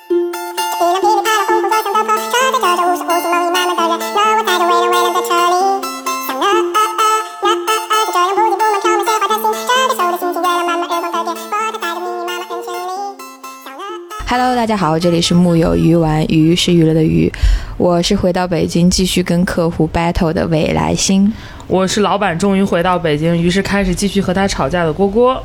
一辆噼里啪啦轰轰撞向的跑车，在这这无数无数梦里慢慢的人，那我载着蔚蓝蔚蓝的车里，想啊啊啊，那啊啊，就这样不紧不慢飘满鲜花的心，这个手的心情，月亮妈妈日光的电波，它带着秘密妈妈人群里，想啊。 Hello，大家好，这里是木有鱼丸，鱼是娱乐的鱼，我是回到北京继续跟客户 battle 的韦来星。我是老板，终于回到北京，于是开始继续和他吵架的郭郭。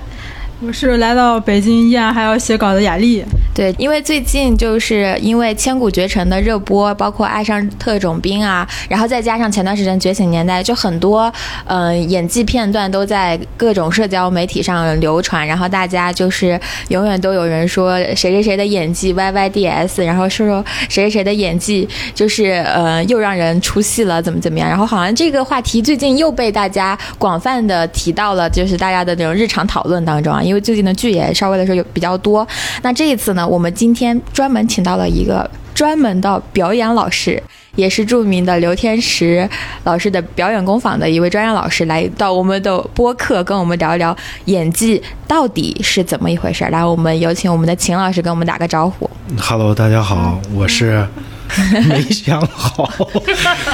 我是来到北京，依然还要写稿的雅丽。对，因为最近就是因为《千古绝尘》的热播，包括《爱上特种兵》啊，然后再加上前段时间《觉醒年代》，就很多嗯、呃演技片段都在各种社交媒体上流传，然后大家就是永远都有人说谁谁谁的演技 Y Y D S，然后说说谁谁谁的演技就是呃又让人出戏了，怎么怎么样，然后好像这个话题最近又被大家广泛的提到了，就是大家的那种日常讨论当中啊，因为最近的剧也稍微来说有比较多，那这一次呢，我们今天专门请到了一个专门的表演老师，也是著名的刘天池老师的表演工坊的一位专业老师，来到我们的播客，跟我们聊一聊演技到底是怎么一回事儿。来，我们有请我们的秦老师跟我们打个招呼。 Hello，大家好，我是没想好，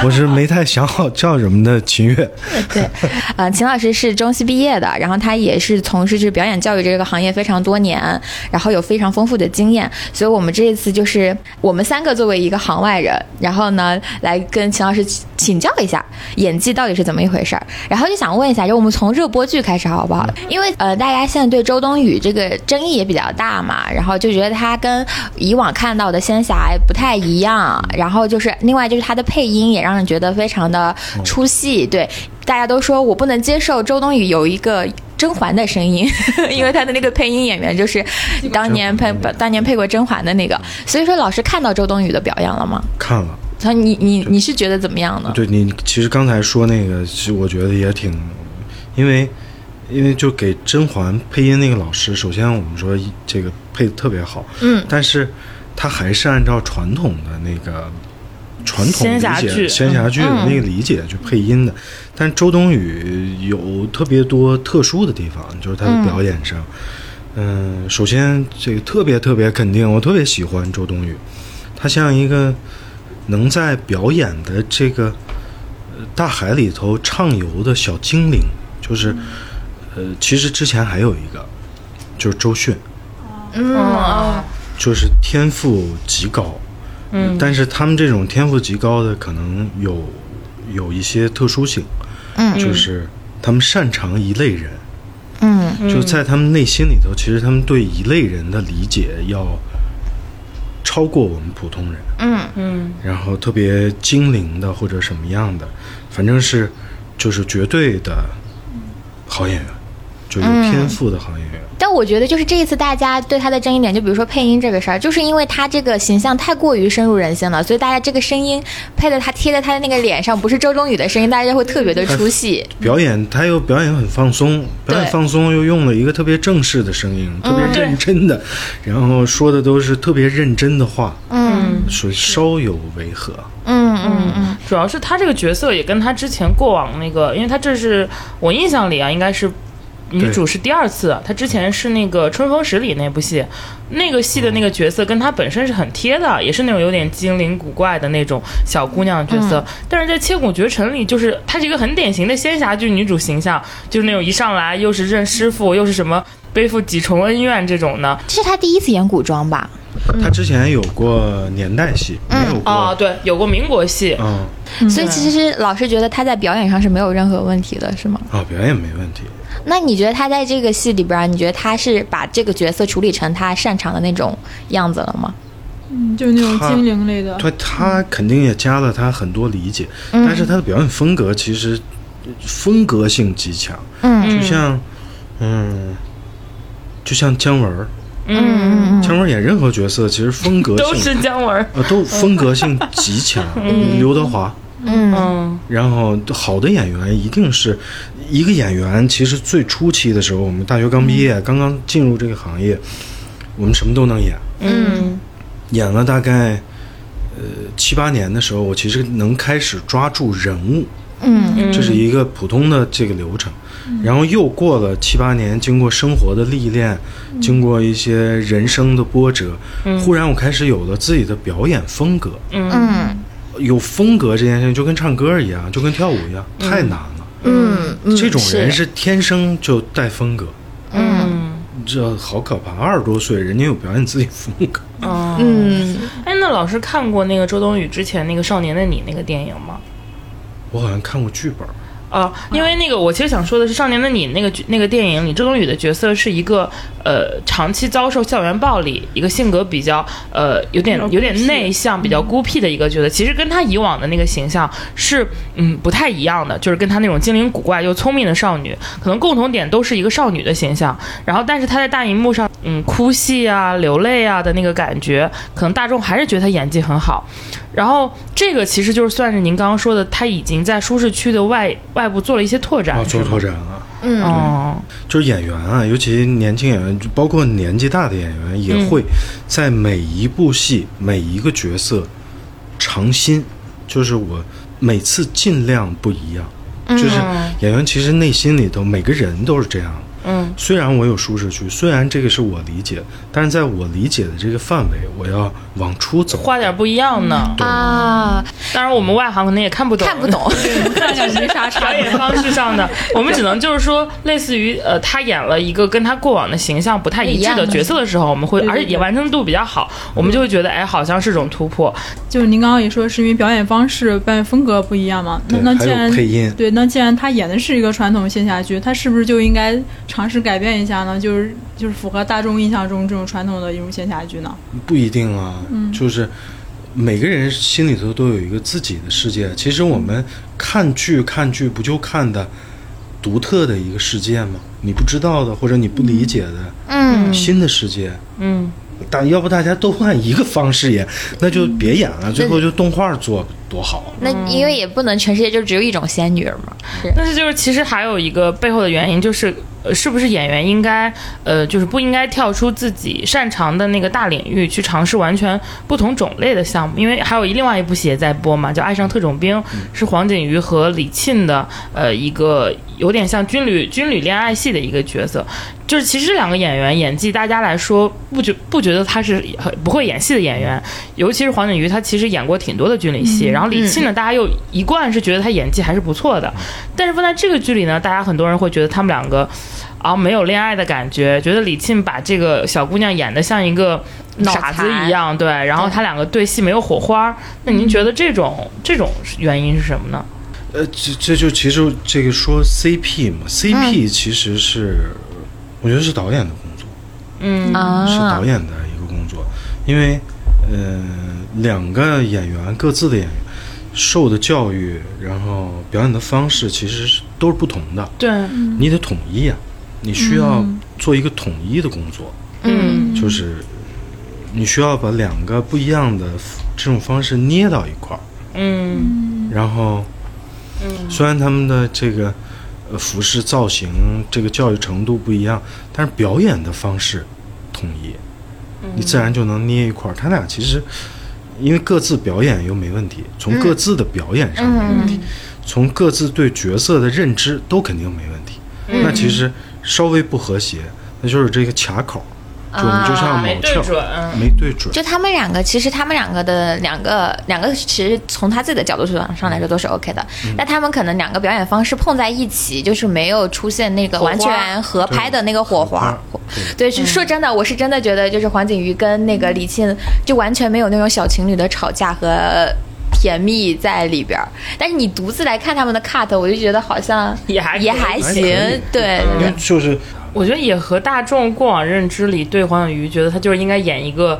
我是没太想好叫什么的秦月。 对，呃，秦老师是中戏毕业的，然后他也是从事就是表演教育这个行业非常多年，然后有非常丰富的经验，所以我们这一次就是我们三个作为一个行外人，然后呢来跟秦老师请请教一下演技到底是怎么一回事儿，然后就想问一下，就我们从热播剧开始好不好？因为呃，大家现在对周冬雨这个争议也比较大嘛，然后就觉得她跟以往看到的仙侠不太一样，然后就是另外就是她的配音也让人觉得非常的出戏，对。大家都说我不能接受周冬雨有一个 甄嬛的声音，因为她的那个配音演员就是当年配当年配过甄嬛的那个，所以说老师看到周冬雨的表演了吗？看了，所以你你你是觉得怎么样呢？对你其实刚才说那个，其实我觉得也挺，因为因为就给甄嬛配音那个老师，首先我们说这个配的特别好，嗯，但是他还是按照传统的那个传统仙理侠剧解仙侠剧的那个理解去配音的。但周冬雨有特别多特殊的地方，就是她的表演上。嗯、首先这个特别特别肯定，我特别喜欢周冬雨，她像一个能在表演的这个呃大海里头畅游的小精灵，就是呃，其实之前还有一个就是周迅，嗯，哦就是天赋极高，嗯，但是他们这种天赋极高的可能有有一些特殊性，嗯就是他们擅长一类人，嗯就在他们内心里头，其实他们对一类人的理解要超过我们普通人，嗯嗯，然后特别精灵的或者什么样的，反正是就是绝对的好演员，就有天赋的好演员，但我觉得就是这一次大家对她的争议点，就比如说配音这个事儿，就是因为她这个形象太过于深入人心了，所以大家这个声音配在她贴在她的那个脸上，不是周冬雨的声音，大家会特别的出戏。表演，他又表演很放松，表演对嗯放松又用了一个特别正式的声音，特别认真的，然后说的都是特别认真的话，嗯所以稍有违和。嗯嗯嗯，主要是他这个角色也跟他之前过往那个，因为他这是我印象里啊，应该是女主是第二次，她之前是那个《春风十里》那部戏，那个戏的那个角色跟她本身是很贴的，也是那种有点精灵古怪的那种小姑娘角色。但是在《千古绝尘》里，就是她是一个很典型的仙侠剧女主形象，就是那种一上来又是认师傅，又是什么背负几重恩怨这种的。这是她第一次演古装吧？他之前有过年代戏，嗯没有哦啊，过，对，有过民国戏，嗯所以其实老师觉得他在表演上是没有任何问题的，是吗？啊，表演没问题，那你觉得他在这个戏里边儿，你觉得他是把这个角色处理成他擅长的那种样子了吗？嗯，就是那种精灵类的。对他肯定也加了他很多理解，嗯但是他的表演风格其实风格性极强，嗯就像嗯，就像姜文儿，嗯嗯姜文儿演任何角色其实风格都性是姜文儿。呃都风格性极强，刘德华。嗯嗯然后，好的演员一定是一个演员。其实最初期的时候，我们大学刚毕业，刚刚进入这个行业，我们什么都能演。嗯演了大概呃七八年的时候，我其实能开始抓住人物，嗯嗯这是一个普通的这个流程。然后又过了七八年，经过生活的历练，嗯经过一些人生的波折，忽然我开始有了自己的表演风格。嗯有风格这件事情就跟唱歌一样，就跟跳舞一样，太难了。嗯嗯，这种人是是天生就带风格，嗯这好可怕。二十多岁，人家有表演自己风格。哦，嗯哎，那老师看过那个周冬雨之前那个《少年的你》那个电影吗？我好像看过剧本，啊，因为那个我其实想说的是，《少年的你》那个剧那个电影里，周冬雨的角色是一个呃长期遭受校园暴力，一个性格比较呃有点有点内向、比较孤僻的一个角色。其实跟她以往的那个形象是嗯不太一样的，就是跟她那种精灵古怪又聪明的少女，可能共同点都是一个少女的形象。然后，但是她在大荧幕上嗯哭戏啊、流泪啊的那个感觉，可能大众还是觉得她演技很好。然后这个其实就是算是您刚刚说的，他已经在舒适区的外外部做了一些拓展，啊，是做吗拓展了。嗯哦，就是演员啊，尤其年轻演员，就包括年纪大的演员，也会在每一部戏、每一个角色尝新，就是我每次尽量不一样。嗯就是演员其实内心里头每个人都是这样。嗯，虽然我有舒适区，虽然这个是我理解，但是在我理解的这个范围，我要往出走。画点不一样呢。啊，当然，我们外行可能也看不懂，看不。 懂，看 感觉啥差表演方式 上的，我们只能就是说，类似于呃，他演了一个跟他过往的形象不太一致不一的样的角色的时候，我们会，而且也完成度比较好，我们就会觉得，哎，好像是种突破。就是您刚刚也说是因为表演方式、表演风格不一样嘛？那对那还既有然配音对，那既然他演的是一个传统仙侠剧，他是不是就应该尝试改变一下呢？就是就是符合大众印象中这种传统的一种仙侠剧呢？不一定啊，就是每个人心里头都有一个自己的世界。其实我们看剧看剧不就看的独特的一个世界吗？你不知道的或者你不理解的、嗯新的世界，嗯，大要不大家都按一个方式演，那就别演了，最后就动画做多好。那因为也不能全世界就只有一种仙女儿嘛，是但是就是其实还有一个背后的原因，就是呃是不是演员应该呃就是不应该跳出自己擅长的那个大领域去尝试完全不同种类的项目？因为还有另外一部戏也在播嘛，叫《爱上特种兵》，是黄景瑜和李沁的呃一个有点像军旅军旅恋爱戏的一个角色。就是其实这两个演员演技，大家来说不觉不觉得他是很不会演戏的演员，尤其是黄景瑜，他其实演过挺多的军旅戏。然后李沁呢，大家又一贯是觉得他演技还是不错的，但是放在这个剧里呢，大家很多人会觉得他们两个啊没有恋爱的感觉，觉得李沁把这个小姑娘演得像一个傻子一样，对，嗯然后他两个对戏没有火花。那您觉得这种这种原因是什么呢？呃，这这就其实这个说 CP 嘛，CP 其实是、我觉得是导演的工作。嗯是啊导，演的一个工作，因为呃，两个演员各自的演员受的教育，然后表演的方式其实是都是不同的，对，你得统一啊，你需要做一个统一的工作，嗯就是你需要把两个不一样的这种方式捏到一块儿，嗯然后，虽然他们的这个呃服饰造型、这个教育程度不一样，但是表演的方式统一，嗯你自然就能捏一块儿。他俩其实因为各自表演又没问题，从各自的表演上嗯没嗯嗯问题，从各自对角色的认知都肯定没问题。嗯那其实稍微不和谐，那就是这个卡口，就我们就像啊没某对跳准嗯没对准，就他们两个，其实他们两个的两个两个，其实从他自己的角度上上来说都是 OK 的，但他们可能两个表演方式碰在一起，就是没有出现那个火花完全合拍的那个火花。火花对，嗯是说真的，我是真的觉得，就是黄景瑜跟那个李沁，就完全没有那种小情侣的吵架和甜蜜在里边儿。但是你独自来看他们的 cut，我就觉得好像也还也可以还还行可以，嗯对因对为就是。我觉得也和大众过往认知里对黄景瑜觉得他就是应该演一 个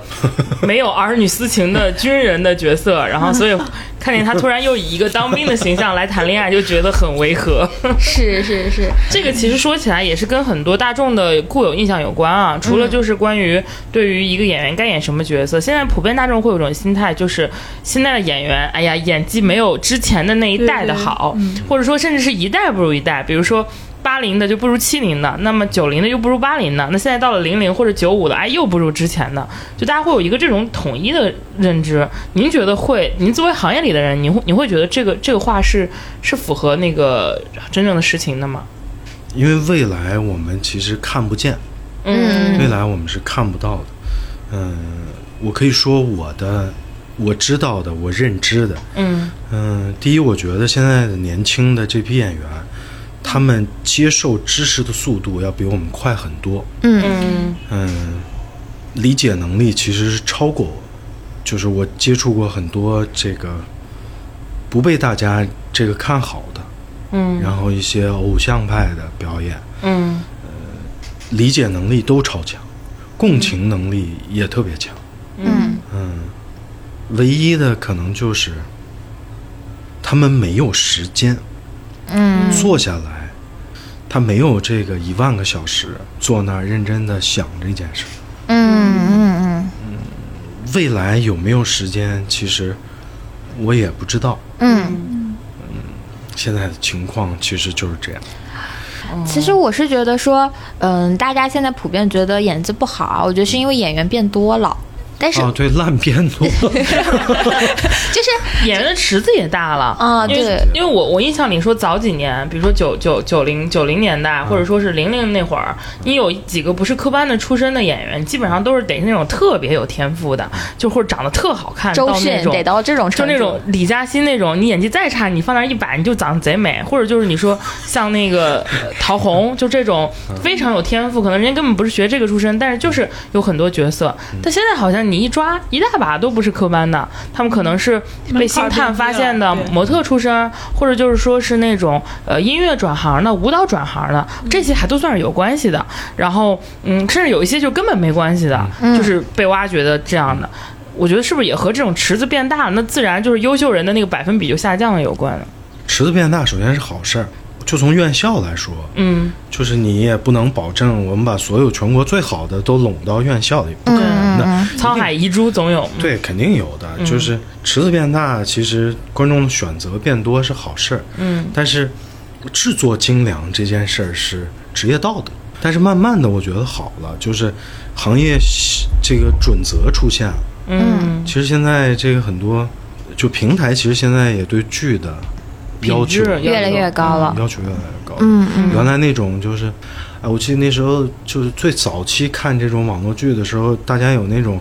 没有儿女私情的军人的角色，然后所以看见他突然又以一个当兵的形象来谈恋爱，就觉得很违和。对，是是是，这个其实说起来也是跟很多大众的固有印象有关啊，除了就是关于对于一个演员该演什么角色，现在普遍大众会有种心态，就是现在的演员，哎呀，嗯演技没有之前的那一代的好，或者说甚至是一代不如一代，比如说。八零的就不如七零的，那么九零的又不如八零的，那现在到了零零或者九五的，哎，又不如之前的，就大家会有一个这种统一的认知。您觉得会？您作为行业里的人，您会你会觉得这个这个话是是符合那个真正的实情的吗？因为未来我们其实看不见，嗯未来我们是看不到的。嗯，我可以说我的我知道的，我认知的。嗯嗯，第一，我觉得现在的年轻的这批演员，他们接受知识的速度要比我们快很多。嗯嗯，理解能力其实是超过我，就是我接触过很多这个不被大家这个看好的，嗯然后一些偶像派的表演，嗯理解能力都超强，共情能力也特别强。嗯嗯，唯一的可能就是他们没有时间，嗯坐下来，他没有这个一万个小时坐那儿认真的想这件事儿。嗯嗯未来有没有时间，其实我也不知道。嗯现在的情况其实就是这样。嗯，其实我是觉得说，嗯，大家现在普遍觉得演技不好，我觉得是因为演员变多了，但是哦，对，烂片多。 就是演员的池子也大了啊因为对因为我我印象里说早几年，比如说九九九零九零年代，或者说是零零那会儿，你有几个不是科班的出身的演员，基本上都是得那种特别有天赋的，就或者长得特好看，周到那迅种得到这种就程度，那种李嘉欣那种，你演技再差，你放那儿一摆，你就长得贼美。或者就是你说像那个呃陶虹，就这种非常有天赋，可能人家根本不是学这个出身，但是就是有很多角色。但现在好像你一抓一大把都不是科班的，他们可能是被星探发现的门槛儿变低了对模特出身，或者就是说是那种呃音乐转行的、舞蹈转行的，嗯这些还都算是有关系的。然后嗯，甚至有一些就根本没关系的，嗯就是被挖掘的这样的。我觉得是不是也和这种池子变大了，那自然就是优秀人的那个百分比就下降了有关了？池子变大，首先是好事儿。就从院校来说，嗯就是你也不能保证我们把所有全国最好的都拢到院校里，嗯嗯不可能的。沧海遗珠总有。对，肯定有嗯的。就是池子变大，其实观众的选择变多是好事儿。嗯但是制作精良这件事儿是职业道德。但是慢慢的，我觉得好了，就是行业这个准则出现了。嗯其实现在这个很多，就平台其实现在也对剧的要品质求要越来越高了，要求越来越高。嗯嗯原来那种就是，哎，我记得那时候就是最早期看这种网络剧的时候，大家有那种。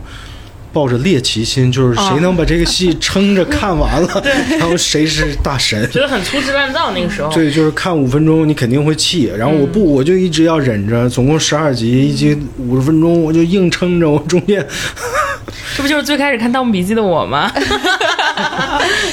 抱着猎奇心，就是哦谁能把这个戏撑着看完 了， 然后谁是大神。觉得很粗制滥造那个时候。对，就是看五分钟，你肯定会气。然后嗯我不，我就一直要忍着，总共十二集，一集五十分钟，我就硬撑着。我中间这不就是最开始看《盗墓笔记》的我 吗？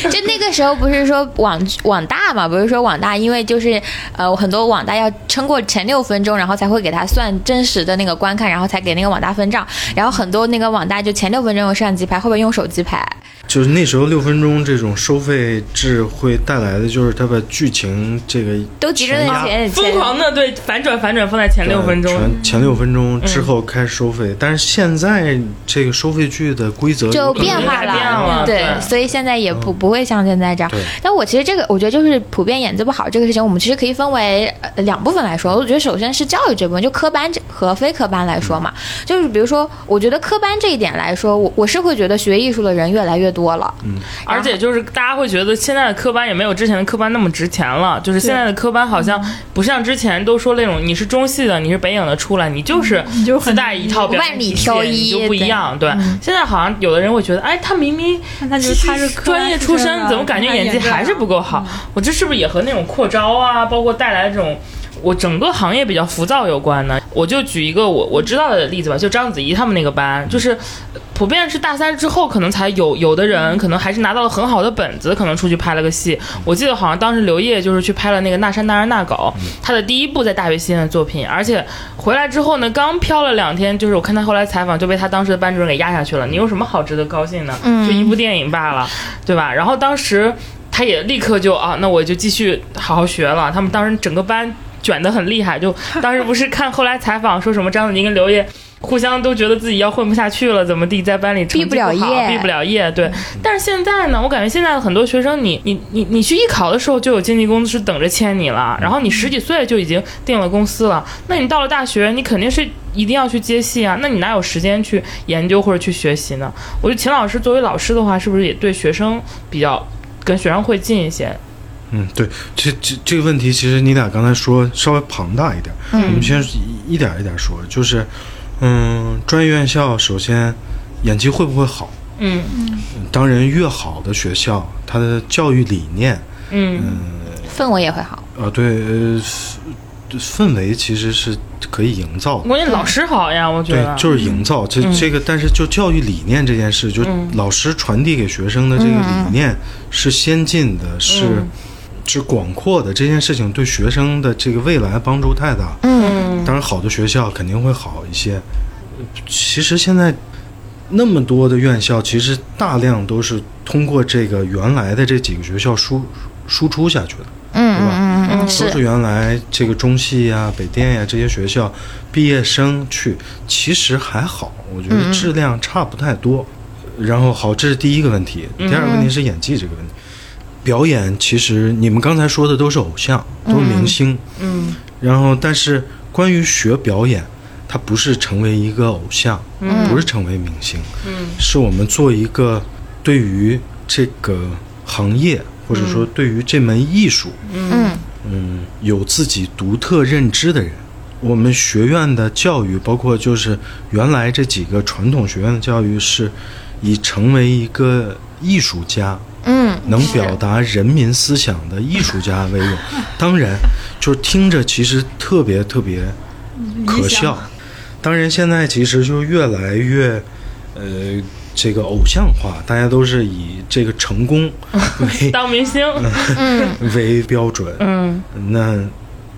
就那个时候不是说网网大嘛，不是说网大，因为就是呃很多网大要撑过前六分钟，然后才会给他算真实的那个观看，然后才给那个网大分账。然后很多那个网大就前六分钟用摄像机拍，后边用手机拍。就是那时候六分钟这种收费制会带来的，就是它把剧情这个都集中在全压前前疯狂的对反转反转放在前对六分钟。嗯全前六分钟之后开始收费，但是现在这个收费剧的规则就有可能变化变了对，对所以现在也不、不会像现在这样对。但我其实这个，我觉得就是普遍演技不好这个事情，我们其实可以分为呃两部分来说。我觉得首先是教育这部分，就科班这和非科班来说嘛，就是比如说，我觉得科班这一点来说，我我是会觉得学艺术的人越来越多了，嗯，而且就是大家会觉得现在的科班也没有之前的科班那么值钱了，就是现在的科班好像嗯不像之前都说那种你是中戏的，你是北影的出来，你就是嗯你就自很嗯带一套表演万里体系挑你一就不一对样。对，现在好像有的人会觉得，哎，他明明那他就其是实他是科班专业出出身身，的怎么感觉他演技演这嗯还是个不够好？我这是不是也和那种扩招啊，包括带来这种我整个行业比较浮躁有关呢？我就举一个我我知道的例子吧，就章子怡他们那个班，就是普遍是大三之后可能才有，有的人可能还是拿到了很好的本子，可能出去拍了个戏。我记得好像当时刘烨就是去拍了那个《那山那人那狗》，他的第一部在大学新的作品，而且回来之后呢，刚飘了两天，就是我看他后来采访就被他当时的班主任给压下去了。你有什么好值得高兴的？就一部电影罢了，对吧？然后当时。他也立刻就啊，那我就继续好好学了。他们当时整个班卷得很厉害，就当时不是看后来采访说什么章子怡跟刘烨互相都觉得自己要混不下去了，怎么地，在班里成绩毕不了好业嗯毕不了业。对，但是现在呢，我感觉现在的很多学生，你你你你去艺考的时候就有经纪公司等着签你嗯了，然后你十几岁就已经定了公司了，那你到了大学，你肯定是一定要去接戏啊，那你哪有时间去研究或者去学习呢？我觉得秦老师作为老师的话，是不是也对学生比较跟学生会近一些？嗯，对，这这这个问题，其实你俩刚才说稍微庞大一点，嗯我们先一点一点说，就是，嗯，专业院校首先演技会不会好？嗯当然，越好的学校，它的教育理念，嗯氛围也会好。啊，对，呃，氛围其实是可以营造的。关键老师好呀，我觉对得，就是营造这、这个，但是就教育理念这件事，就老师传递给学生的这个理念是先进的，是是广阔的，这件事情对学生的这个未来帮助太大。嗯当然，好的学校肯定会好一些。其实现在那么多的院校，其实大量都是通过这个原来的这几个学校输输出下去的。嗯对吧嗯嗯嗯，都是是原来这个中戏呀、北电呀、这些学校毕业生去，其实还好，我嗯觉得质量差不太多。然后好，这是第一个问题。嗯第二个问题是演技这个问题。表演其实你们刚才说的都是偶像，都是明星。嗯然后，但是关于学表演，它不是成为一个偶像，不是成为明星，嗯是我们做一个对于这个行业或者嗯说对于这门艺术，嗯嗯，有自己独特认知的人。我们学院的教育，包括就是原来这几个传统学院的教育，是以成为一个艺术家，嗯能表达人民思想的艺术家为荣。当然，就是听着其实特别特别可笑。当然，现在其实就越来越，呃，这个偶像化，大家都是以这个成功 为当明星，嗯为标准。嗯那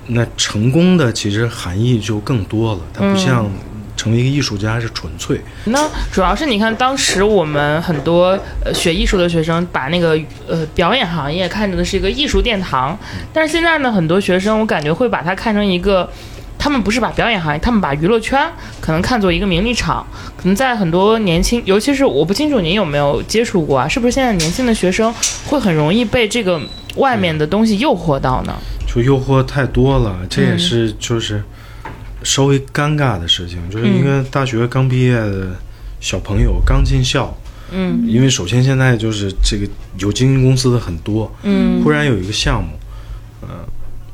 那成功的其实含义就更多了，它嗯不像成为一个艺术家是纯粹。那主要是你看，当时我们很多呃学艺术的学生把那个呃表演行业看成的是一个艺术殿堂，但是现在呢，很多学生我感觉会把它看成一个。他们不是把表演行业，他们把娱乐圈可能看作一个名利场，可能在很多年轻，尤其是我不清楚您有没有接触过啊，是不是现在年轻的学生会很容易被这个外面的东西诱惑到呢？就诱惑太多了，这嗯也是就是稍微尴尬的事情，就是嗯一个大学刚毕业的小朋友刚进校，嗯，因为首先现在就是这个有经纪公司的很多，嗯，忽然有一个项目，呃，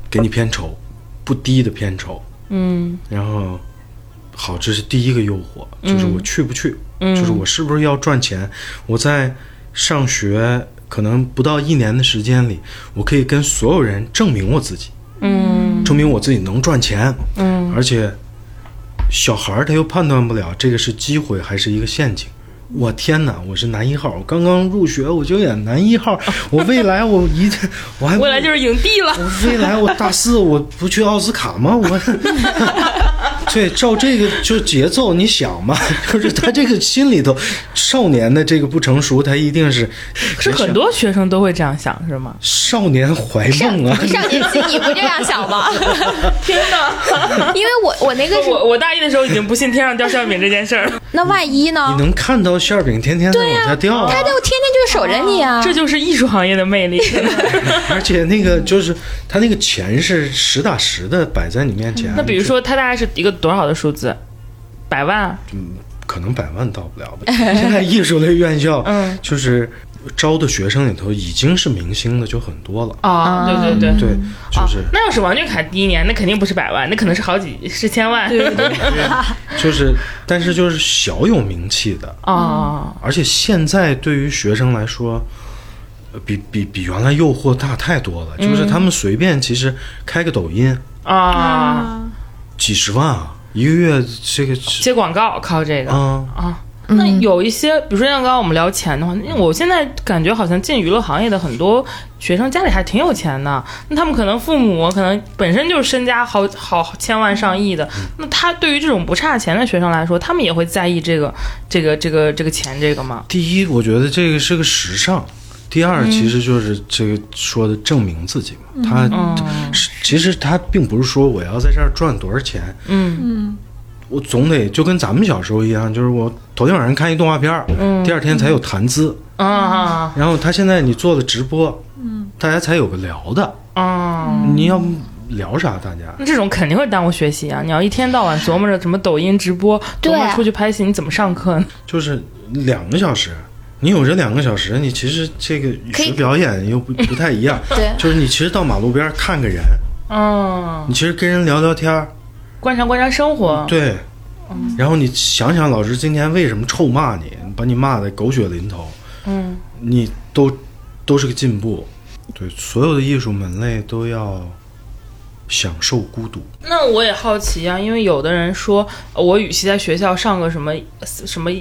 给你片酬不低的片酬，嗯然后好，这是第一个诱惑，就是我去不去，嗯就是我是不是要赚钱？我在上学可能不到一年的时间里，我可以跟所有人证明我自己，嗯证明我自己能赚钱，嗯而且小孩儿他又判断不了这个是机会还是一个陷阱。我天哪！我是男一号，我刚刚入学我就演男一号，我未来我一 定我还不未来就是影帝了。我未来我大四我不去奥斯卡吗？我， 对，照这个就节奏，你想嘛，就是他这个心里头，少年的这个不成熟，他一定是是很多学生都会这样想，是吗？少年怀梦啊。上年期你不这样想吗？天 哪！因为我我那个是我我大一的时候已经不信天上掉馅饼这件事儿了，那万一呢你？能看到馅儿饼天天在往下掉、啊他就天天就是守着你啊，这就是艺术行业的魅力。而且那个就是他那个钱是实打实的摆在你面前。那比如说，它大概是一个多少的数字？百万？可能百万到不了吧。现在艺术类院校， 嗯就是招的学生里头已经是明星的就很多了。啊，对对对。对，就是、那要是王俊凯第一年，那肯定不是百万，那可能是好几是千万对对对，就是，但是就是小有名气的，啊。而且现在对于学生来说，呃比比比原来诱惑大太多了。就是他们随便其实开个抖音，嗯啊！几十万啊，一个月这个是接广告靠这个啊，啊。那有一些，比如说像刚刚我们聊钱的话，那我现在感觉好像进娱乐行业的很多学生家里还挺有钱的，那他们可能父母可能本身就是身家好好千万上亿的，那他对于这种不差钱的学生来说，他们也会在意这个这个这个这个钱这个吗？第一，我觉得这个是个时尚；第二，其实就是这个说的证明自己嘛。他、嗯是其实他并不是说我要在这儿赚多少钱，嗯我总得就跟咱们小时候一样，就是我头天晚上看一动画片儿，第二天才有谈资。啊然后他现在你做了直播，大家才有个聊的。啊！你要不聊啥？大家那这种肯定会耽误学习啊！你要一天到晚琢磨着什么抖音直播，琢对磨出去拍戏，你怎么上课呢？就是两个小时，你有这两个小时，你其实这个与可以时表演又不不太一样。对就是你其实到马路边儿看个人，嗯，你其实跟人聊聊天儿，观察观察生活，对，然后你想想老师今天为什么臭骂你，把你骂的狗血淋头，嗯，你都都是个进步。对，所有的艺术门类都要享受孤独。那我也好奇啊，因为有的人说，呃我与其在学校上个什么什么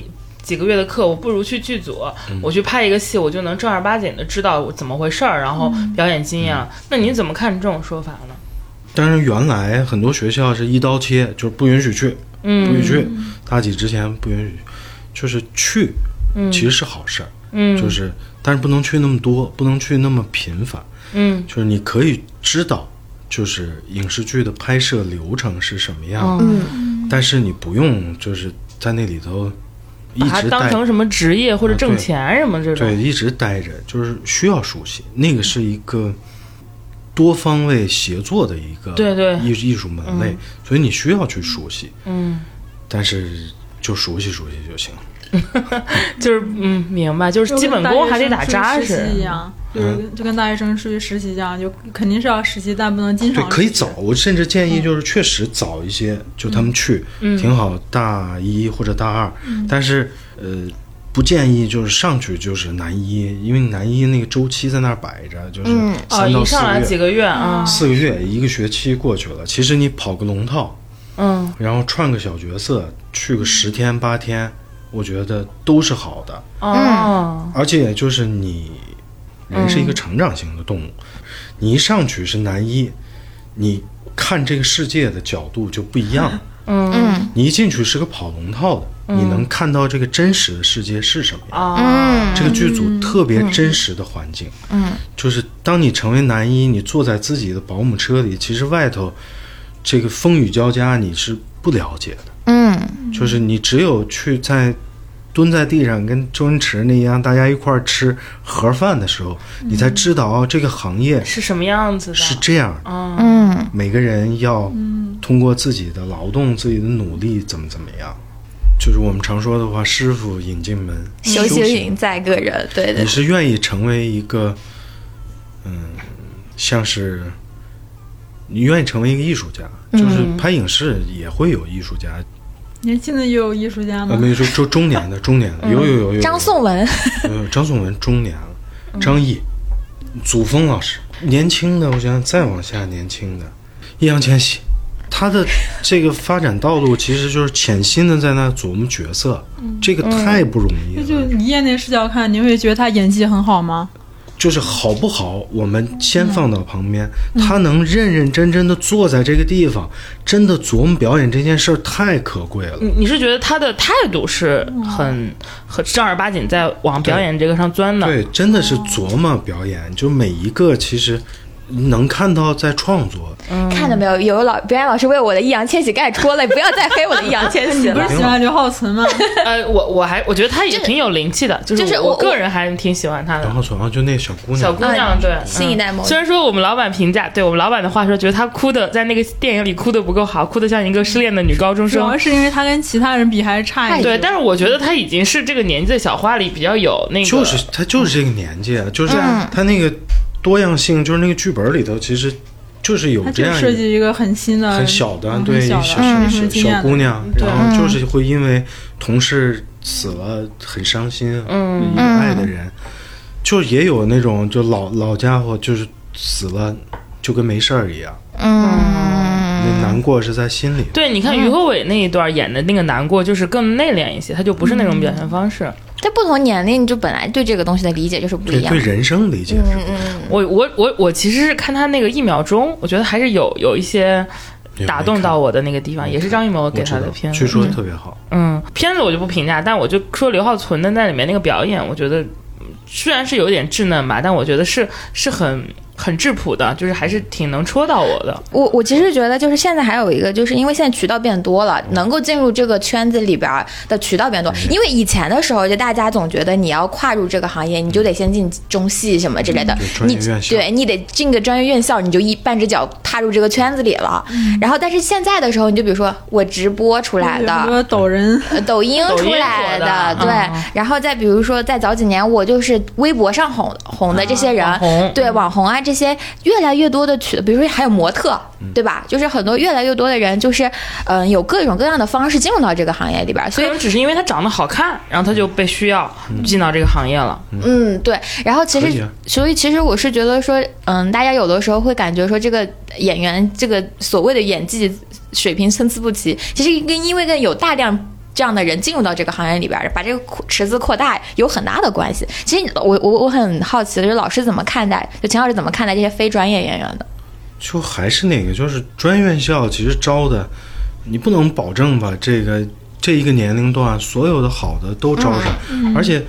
几个月的课，我不如去剧组，嗯我去拍一个戏，我就能正儿八经的知道我怎么回事儿，然后嗯表演经验了。啊嗯那您怎么看这种说法呢？但是原来很多学校是一刀切，就是不允许去，不允嗯许。大几之前不允许，就是去，其实是好事儿，嗯就是但是不能去那么多，不能去那么频繁。嗯就是你可以知道，就是影视剧的拍摄流程是什么样的，嗯，但是你不用就是在那里头一把它直啊当待，成什么职业或者啊挣对钱什么这对，种。一直待着，就是需要熟悉。那个是一个多方位协作的一个对对艺艺术门类，所以你需要去熟悉，嗯，但是就熟悉熟悉就行。 就是嗯，明白，就是基本功还得打扎就跟大学生出去实习实。一样，就是嗯就跟大学生出去实习一样，就肯定是要实习，但不能经对常，可以早。我甚至建嗯议就是确实早一些，就他们去、挺好，大一或者大二。嗯但是呃，不建议就是上去就是男一，因为男一那个周期在那儿摆着，就是嗯哦，三一到四上来几个月，个月啊，四个月一个学期过去了。其实你跑个龙套，嗯然后串个小角色，去个十天八天，我觉得都是好的。嗯哦，而且就是你，人是一个成长型的动物，你一上去是男一，你看这个世界的角度就不一样了。嗯你一进去是个跑龙套的，你能看到这个真实的世界是什么样。啊，嗯这个剧组特别真实的环境，嗯，就是当你成为男一，你坐在自己的保姆车里，其实外头这个风雨交加，你是不了解的。嗯就是你只有去在蹲在地上跟周星驰那样，大家一块儿吃盒饭的时候，你才知道哦，这个行业是什么样子的？是这样的，啊，嗯，每个人要通过自己的劳动、自己的努力，怎么怎么样。就是我们常说的话，“师傅引进门，修嗯行行在个人，对对你，是愿意成为一个，嗯，像是你愿意成为一个艺术家，嗯就是拍影视也会有艺术家，年轻的也有艺术家呃，吗？没说中中年的，中年的，有有有有有张颂文，呃，张颂文中年了，张译、祖峰老师，年轻的，我想想再往下年轻的，易烊千玺，他的这个发展道路其实就是潜心的在那琢磨角色，这个太不容易就了。就你业内视角看，你会觉得他演技很好吗？就是好不好，我们先放到旁边，他能认认真真的坐在这个地方，真的琢磨表演这件事儿太可贵了。你你是觉得他的态度是嗯很很正儿八经在往表演这个上钻的？对，真的是琢磨表演，就每一个其实能看到在创作，看到没有？有老表演老师为我的易烊千玺盖戳了， 不要再黑我的易烊千玺你不了是。喜欢刘浩 存吗？呃，我我还我觉得他也挺有灵气的，就是就是我我个人还挺喜欢他的然。后然后就那小姑娘，小姑娘啊对新一代嗯萌虽然说我们老板评价，对我们老板的话说，觉得她哭的在那个电影里哭的不够好，哭的像一个失恋的女高中主生要。是因为他跟其他人比还是差一点。对，但是我觉得她已经是这个年纪的小花里比较有那个，就是他就是这个年纪，啊，就是他那个多样性，就是那个剧本里头其实就是有他这就样设一计一个很新的、很小的，嗯对很小小小的、小很惊小艳姑娘，对然后就是会因为同事死了很伤心，嗯，爱的人，就也有那种就老老家伙就是死了就跟没事儿一样，嗯，那难过是在心里的。对，你看于和伟那一段演的那个难过，就是更内敛一些，他就不是那种表现方式。在不同年龄，就本来对这个东西的理解就是不对一样对，。人生理解是不一样我我我我其实是看他那个一秒钟，我觉得还是有有一些有打动到我的那个地方，也是张艺谋我给知他道的片据子。说特别好。嗯，片子我就不评价，但我就说刘浩存的在里面那个表演，我觉得嗯虽然是有点稚嫩吧，但我觉得是是很很质朴的，就是还是挺能戳到我的。我我其实觉得，就是现在还有一个，就是因为现在渠道变多了，能够进入这个圈子里边儿的渠道嗯变多。因为以前的时候，就大家总觉得你要跨入这个行业，你就得先进中戏什么之类的对，嗯专业你院校对你得进个专业院校，你就一半只脚踏入这个圈子里了。然后，但是现在的时候，你就比如说我直播出来的，有很多抖 人，呃抖音抖音出来火的对。嗯然后再比如说，再早几年，我就是微博上红红的这些人，啊网红对网红啊这些，越来越多的渠，比如说还有模特，嗯对吧？就是很多越来越多的人，就是嗯、有各种各样的方式进入到这个行业里边儿，所可以能只是因为他长得好看，然后他就被需要嗯进到这个行业了。嗯，对。然后其可以实啊，所以其实我是觉得说，嗯，大家有的时候会感觉说，这个演员这个所谓的演技水平参差不齐，其实跟因为跟有大量。这样的人进入到这个行业里边儿，把这个扩池子扩大有很大的关系。其实我我我很好奇的就是老师怎么看待，就秦老师怎么看待这些非专业演员的？就还是那个，就是专院校其实招的，你不能保证把这个这一个年龄段所有的好的都招上，而且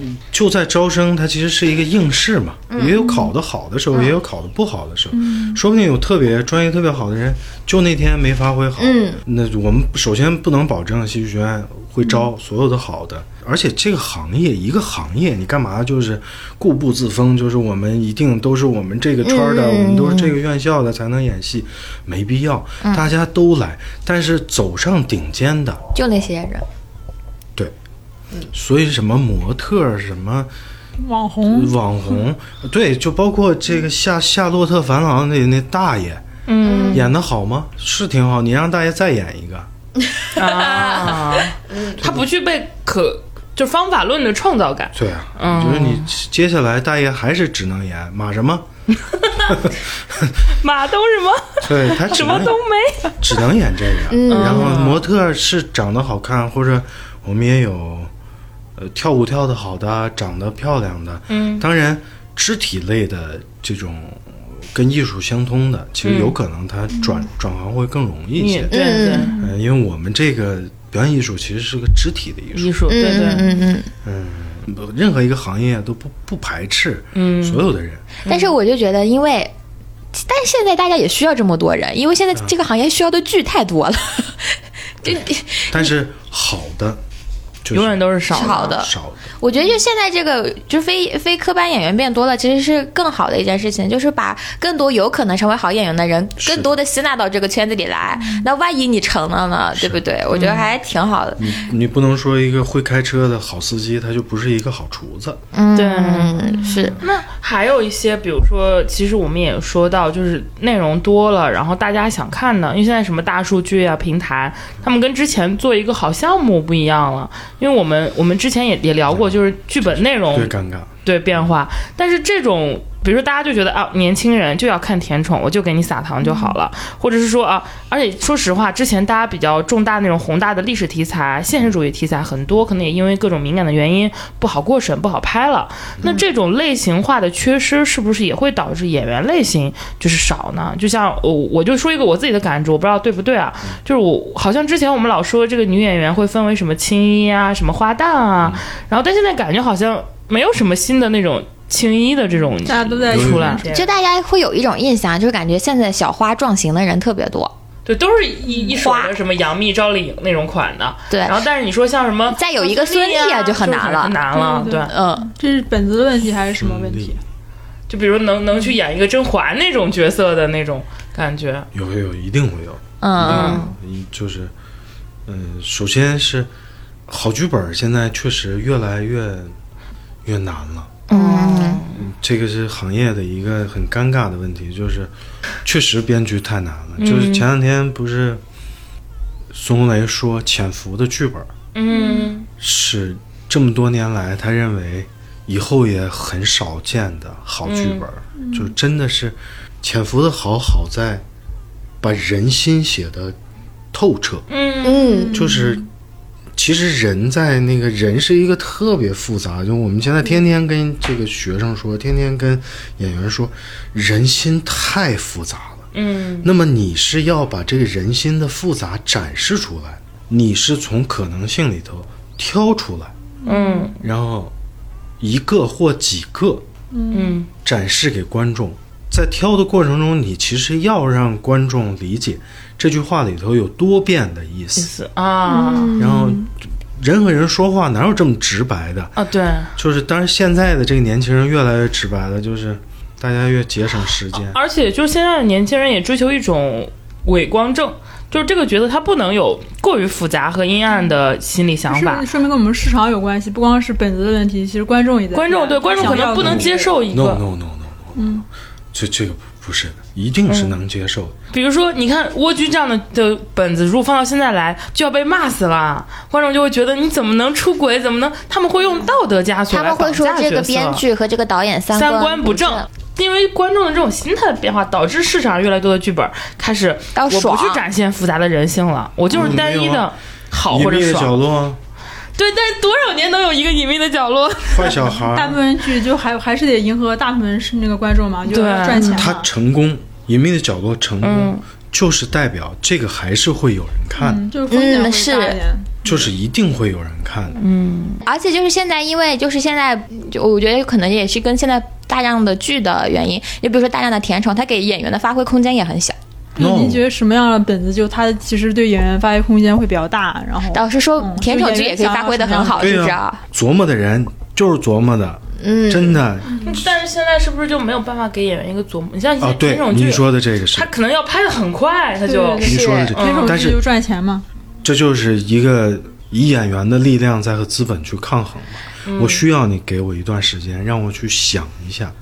嗯就在招生，它其实是一个应试嘛，也有考得好的时候，也有考得不好的时候，说不定有特别专业特别好的人，就那天没发挥好。嗯那我们首先不能保证戏剧学院会招所有的好的，而且这个行业一个行业，你干嘛就是固步自封，就是我们一定都是我们这个圈儿的，我们都是这个院校的才能演戏，没必要，大家都来，但是走上顶尖的，就那些人，对，所以什么模特儿什么。网红，嗯网红，对，就包括这个夏夏洛特烦恼那那大爷，嗯，演的好吗？是挺好，你让大爷再演一个，嗯 啊，他不具备可就方法论的创造感。对啊，就是你嗯接下来大爷还是只能演马 什么，马东什么对他只什么能东没， 嗯只能演这个，然后模特是长得好看，或者我们也有，呃，跳舞跳得好的，长得漂亮的，嗯，当然肢体类的这种。跟艺术相通的，其嗯实有可能他转、转行会更容易一些。对对，嗯，因为我们这个表演艺术其实是个肢体的艺术，艺术对嗯对，嗯嗯。任何一个行业都不不排斥，嗯，所有的人，但是我就觉得，因为，但是现在大家也需要这么多人，因为现在这个行业需要的剧太多了，就但是好的就是永远都是少的好的。少的，我觉得就现在这个，就非非科班演员变多了，其实是更好的一件事情，就是把更多有可能成为好演员的人，是的更多的吸纳到这个圈子里来。那万一你成了呢，对不对？我觉得嗯还挺好的。你你不能说一个会开车的好司机，他就不是一个好厨子，嗯，对是，那还有一些，比如说，其实我们也说到，就是内容多了，然后大家想看的，因为现在什么大数据啊、平台，他们跟之前做一个好项目不一样了。因为我们我们之前也也聊过，就是剧本内容最尴尬。对变化，但是这种。比如说，大家就觉得啊，年轻人就要看甜宠，我就给你撒糖就好了，或者是说啊，而且说实话，之前大家比较重大那种宏大的历史题材、现实主义题材很多，可能也因为各种敏感的原因不好过审、不好拍了。那这种类型化的缺失，是不是也会导致演员类型就是少呢？就像我我就说一个我自己的感知，我不知道对不对啊，就是我好像之前我们老说这个女演员会分为什么青衣啊、什么花旦啊，然后但现在感觉好像没有什么新的那种青衣的这种大家都在出来，就大家会有一种印象，就是感觉现在小花撞型的人特别多。对，都是一一水花的什么杨幂、赵丽颖那种款的。对然后但是你说像什么再有一个孙俪啊啊，就很难了很难了。对对对，嗯，这是本子的问题还是什么嗯问题？啊就比如能能去演一个甄嬛那种角色的那种感觉，有有一定会有，嗯，嗯，就是，嗯，首先是好剧本现在确实越来越越难了。嗯，这个是行业的一个很尴尬的问题，就是确实编剧太难了。就是前两天不是孙红雷说，《潜伏》的剧本嗯，是这么多年来他认为以后也很少见的好剧本，就真的是《潜伏》的好好在把人心写的透彻。嗯，就是其实人在那个人是一个特别复杂，就我们现在天天跟这个学生说，天天跟演员说，人心太复杂了。嗯，那么你是要把这个人心的复杂展示出来，你是从可能性里头挑出来，嗯，然后一个或几个，嗯，展示给观众，在挑的过程中，你其实要让观众理解这句话里头有多变的意意思。思啊、然后，人和人说话哪有这么直白的？啊，对。就是，当然现在的这个年轻人越来越直白了，就是大家越节省时间。而且就是现在的年轻人也追求一种伪光正，就是这个角色他不能有过于复杂和阴暗的心理嗯想是法不是。说明跟我们市场有关系？不光是本子的问题，其实观众也在观众变对观众可能不能接。受一 No 个 no no no no no，嗯，这这个不是的，一定嗯是能接受的。比如说，你看蜗居这样的的本子，如果放到现在来，就要被骂死了。观众就会觉得你怎么能出轨？怎么能？他们会用道德枷锁他来们会绑说架这角个色编剧和这个导演三三观不不正。因为观众的这种心态的变化，导致市场越来越多的剧本开始，到我不爽去展现复杂的人性了，我就是嗯单没一有的啊好隐或者秘的角爽。落，对，但是多少年能有一个隐秘的角 落？坏小 孩大部儿，分剧就还还是得迎合大部分是那个观众嘛，就对要赚钱他嘛。成功，隐秘的角落成功，嗯就是代表这个还是会有人看的，嗯，就是风嗯险会大一是点。就是一定会有人看的。而且就是现在，因为就是现在，就我觉得可能也是跟现在大量的剧的原因，你比如说大量的甜宠，它给演员的发挥空间也很小。就 No 您觉得什么样的本子，就它其实对演员发挥空间会比较大，然后老实说嗯，甜宠剧也可以发挥的很好，对是不是呀、啊？琢磨的人就是琢磨的，嗯，真的但是现在是不是就没有办法给演员一个琢磨？你像一啊些，这对种，剧，你说的这个是他，可能要拍的很快，他就对你说的是这这个种，但剧是就赚钱嘛。这就是一个以演员的力量在和资本去抗衡嘛。我需要你给我一段时间，让我去想一下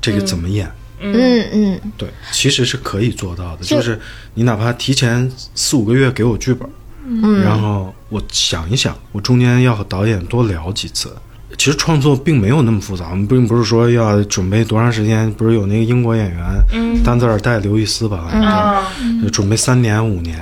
这个怎么演。嗯嗯，对，其实是可以做到的，就就是你哪怕提前四五个月给我剧本，然后我想一想，我中间要和导演多聊几次。其实创作并没有那么复杂，我们并不是说要准备多长时间，不是有那个英国演员、丹泽尔戴刘易斯吧，啊，就准备三年五年，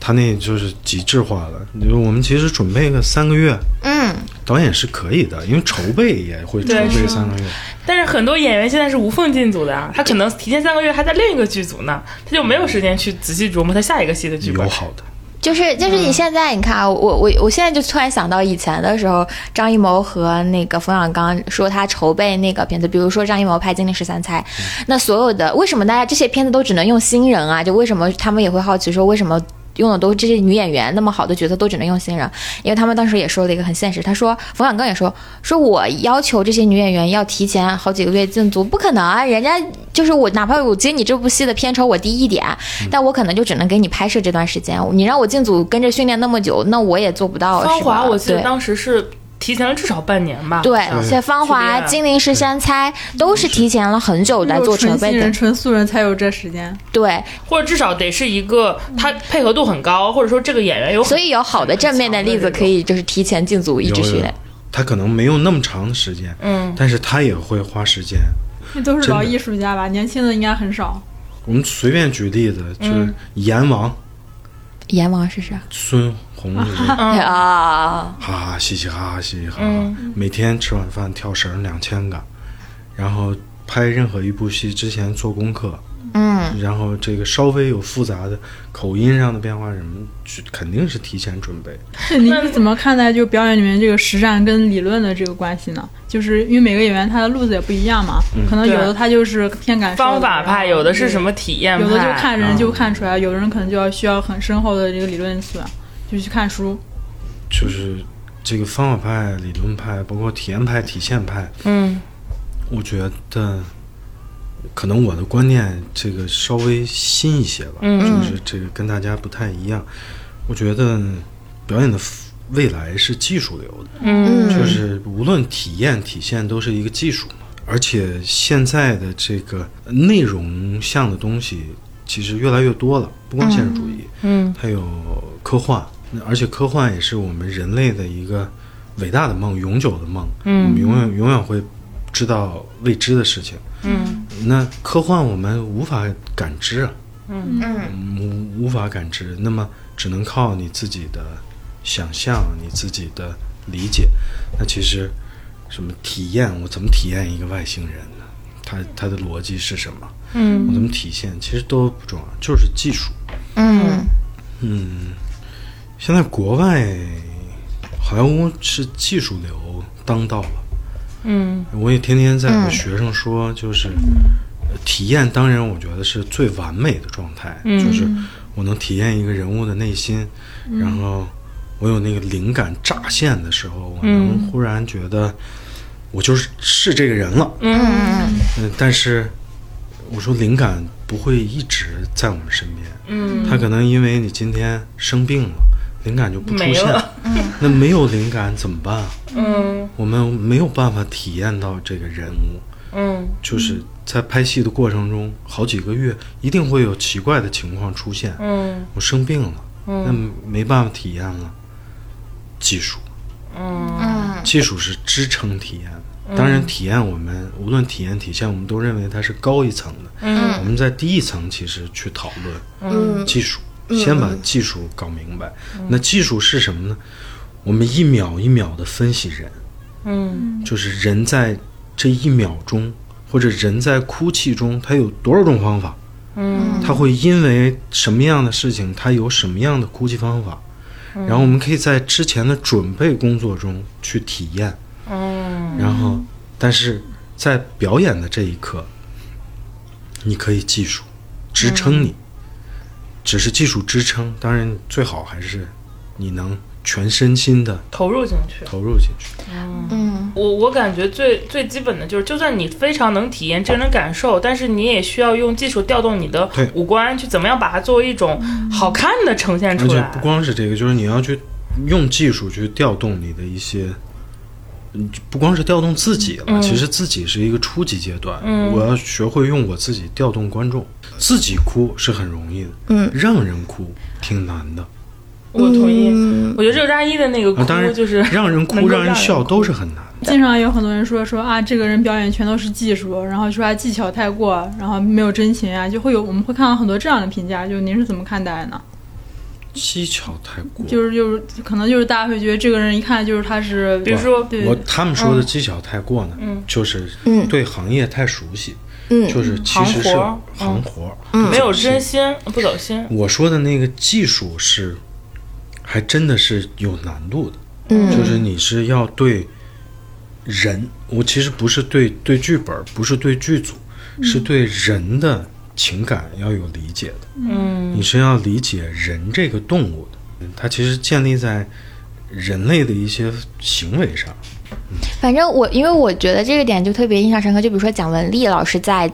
他那就是极致化了。就是我们其实准备个三个月，嗯，导演是可以的，因为筹备也会筹对备三个月。但是很多演员现在是无缝进组的啊，他可能提前三个月还在另一个剧组呢，他就没有时间去仔细琢磨他下一个戏的剧本有。好的，就是就是你现在你看啊，我我我现在就突然想到以前的时候，张艺谋和那个冯小刚说他筹备那个片子，比如说张艺谋拍《金陵十三钗》，那所有的为什么大家这些片子都只能用新人啊？就为什么他们也会好奇说为什么？用的都这些女演员那么好的角色都只能用新人，因为他们当时也说了一个很现实，他说冯小刚也说说我要求这些女演员要提前好几个月进组，不可能啊，人家就是我，哪怕我接你这部戏的片酬我低一点，但我可能就只能给你拍摄这段时间，你让我进组跟着训练那么久，那我也做不到。芳是吧华，我记得对当时是提前了至少半年吧。对，好像像芳华、去练金陵十三钗都是提前了很久来做只有筹纯备新的人、，纯素人才有这时间。对，或者至少得是一个他配合度很高，或者说这个演员有很，所以有好的正面的例子可以就是提前进组一直有训有练。他可能没有那么长的时间，嗯，但是他也会花时间。那都是真的老艺术家吧，年轻的应该很少。我们随便举例子，嗯就是阎王、阎王是啥？孙 红雷，哈嗯对啊，哈嘻嘻哈哈嘻嘻哈哈，嗯每天吃晚饭跳绳两千个，然后拍任何一部戏之前做功课，嗯，然后这个稍微有复杂的口音上的变化什么，去肯定是提前准备。这您是怎么看待就表演里面这个实战跟理论的这个关系呢？就是因为每个演员他的路子也不一样嘛，嗯可能有的对他就是偏感受的方法派，有的是什么体验派，嗯有的就看人嗯就看出来，有的人可能就要需要很深厚的这个理论素养，就去看书。就是这个方法派、理论派，包括体验派、体现派，嗯，我觉得可能我的观念这个稍微新一些吧，就是这个跟大家不太一样。我觉得表演的未来是技术流的，嗯就是无论体验、体现都是一个技术嘛。而且现在的这个内容向的东西其实越来越多了，不光现实主义，嗯，还有科幻，那而且科幻也是我们人类的一个伟大的梦，永久的梦。嗯，我们永远永远会知道未知的事情。嗯，那科幻我们无法感知啊。嗯嗯，无无法感知，那么只能靠你自己的想象，你自己的理解。那其实什么体验，我怎么体验一个外星人呢？他他的逻辑是什么？嗯，我怎么体现？其实都不重要，就是技术。嗯，嗯，现在国外好莱坞是技术流当道了。嗯我也天天在我学生说，就是呃体验当然我觉得是最完美的状态，嗯就是我能体验一个人物的内心，然后我有那个灵感乍现的时候，我能忽然觉得我就是是这个人了。嗯嗯，但是我说灵感不会一直在我们身边，嗯，它可能因为你今天生病了，灵感就不出没现了，那没有灵感怎么办？嗯我们没有办法体验到这个人物，嗯就是在拍戏的过程中，好几个月一定会有奇怪的情况出现。嗯我生病了，那没办法体验了。技术，嗯技术是支撑体验的。当然，体验我们无论体验体现，我们都认为它是高一层的。我们在第一层其实去讨论，嗯技术，先把技术搞明白。那技术是什么呢？我们一秒一秒的分析人，嗯就是人在这一秒钟，或者人在哭泣中，他有多少种方法？嗯他会因为什么样的事情，他有什么样的哭泣方法？嗯然后我们可以在之前的准备工作中去体验，嗯然后，但是在表演的这一刻，你可以技术支嗯撑你，只是技术支撑。当然，最好还是你能全身心的投入进去。投入进去。嗯我我感觉最最基本的就是，就算你非常能体验真人感受，但是你也需要用技术调动你的对五官，去怎么样把它作为一种好看的呈现而出且来不。光是这个，就是你要去用技术去调动你的一些。嗯不光是调动自己了，其实自己是一个初级阶段。我要学会用我自己调动观众，自己哭是很容易的，嗯让人哭挺难的。我同意，我觉得热扎伊的那个啊，当哭然，就是 让人能哭、够让人笑哭都是很难的。经常有很多人说说啊，这个人表演全都是技术，然后说他技巧太过，然后没有真情啊，就会有我们会看到很多这样的评价。就您是怎么看待呢？技巧太过，就是就是可能就是大家会觉得这个人一看就是他是，比如说对我他们说的技巧太过呢，就是嗯对行业太熟悉，嗯就是其实是行活行活， 没有真心，不走心。我说的那个技术是，还真的是有难度的，嗯就是你是要对人，我其实不是对对剧本，不是对剧组，是对人的情感要有理解的。嗯你是要理解人这个动物的，嗯它其实建立在人类的一些行为上。反正我因为我觉得这个点就特别印象深刻，就比如说蒋雯丽老师在。《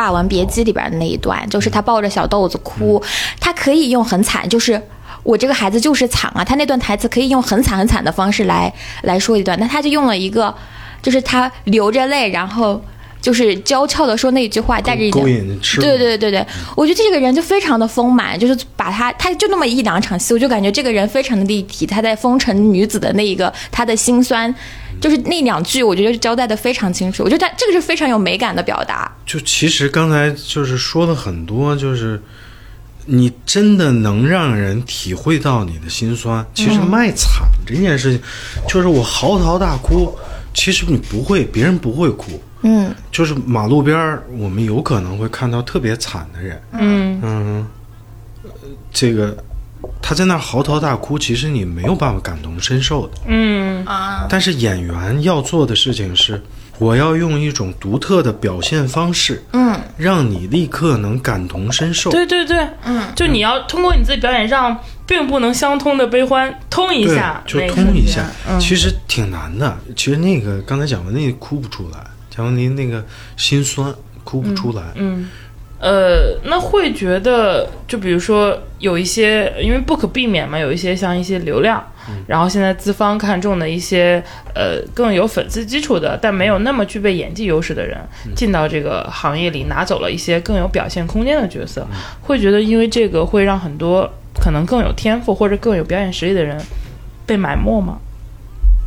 霸王别姬》里边的那一段，嗯就是她抱着小豆子哭，她可以用很惨，就是我这个孩子就是惨啊，她那段台词可以用很惨很惨的方式来来说一段，那她就用了一个，就是她流着泪，然后就是娇俏的说那一句话，带着一点勾引吃，对对对对，我觉得这个人就非常的丰满，就是把他，他就那么一两场戏，我就感觉这个人非常的立体。他在风尘女子的那一个他的辛酸，就是那两句，我觉得交代的非常清楚。我觉得他这个是非常有美感的表达。就其实刚才就是说了很多，就是你真的能让人体会到你的心酸。其实卖惨这件事情，就是我嚎啕大哭，其实你不会，别人不会哭。嗯就是马路边儿，我们有可能会看到特别惨的人，嗯嗯，呃这个他在那儿嚎啕大哭，其实你没有办法感同身受的。嗯但是演员要做的事情是，我要用一种独特的表现方式，嗯，让你立刻能感同身受。对对对，嗯，就你要通过你自己表演，让并不能相通的悲欢通一对下，就那个通瞬一间嗯下，其实挺难的。其实那个刚才蒋雯丽哭不出来，蒋雯丽那个心酸哭不出来。嗯，呃，那会觉得，就比如说有一些，因为不可避免嘛，有一些像一些流量，然后现在资方看中的一些，呃，更有粉丝基础的，但没有那么具备演技优势的人，进到这个行业里，拿走了一些更有表现空间的角色，会觉得因为这个会让很多可能更有天赋或者更有表演实力的人被埋没吗？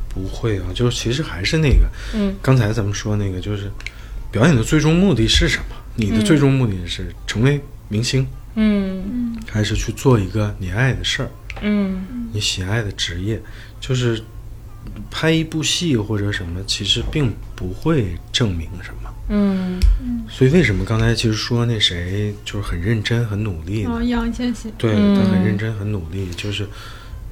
不会啊，就是其实还是那个，嗯，刚才咱们说那个，就是表演的最终目的是什么？你的最终目的是成为明星，嗯还是去做一个你爱的事儿？嗯你喜爱的职业，就是拍一部戏或者什么，其实并不会证明什么。嗯所以为什么刚才其实说那谁就是很认真、很努力然后呢？易烊千玺，对嗯他很认真、很努力，就是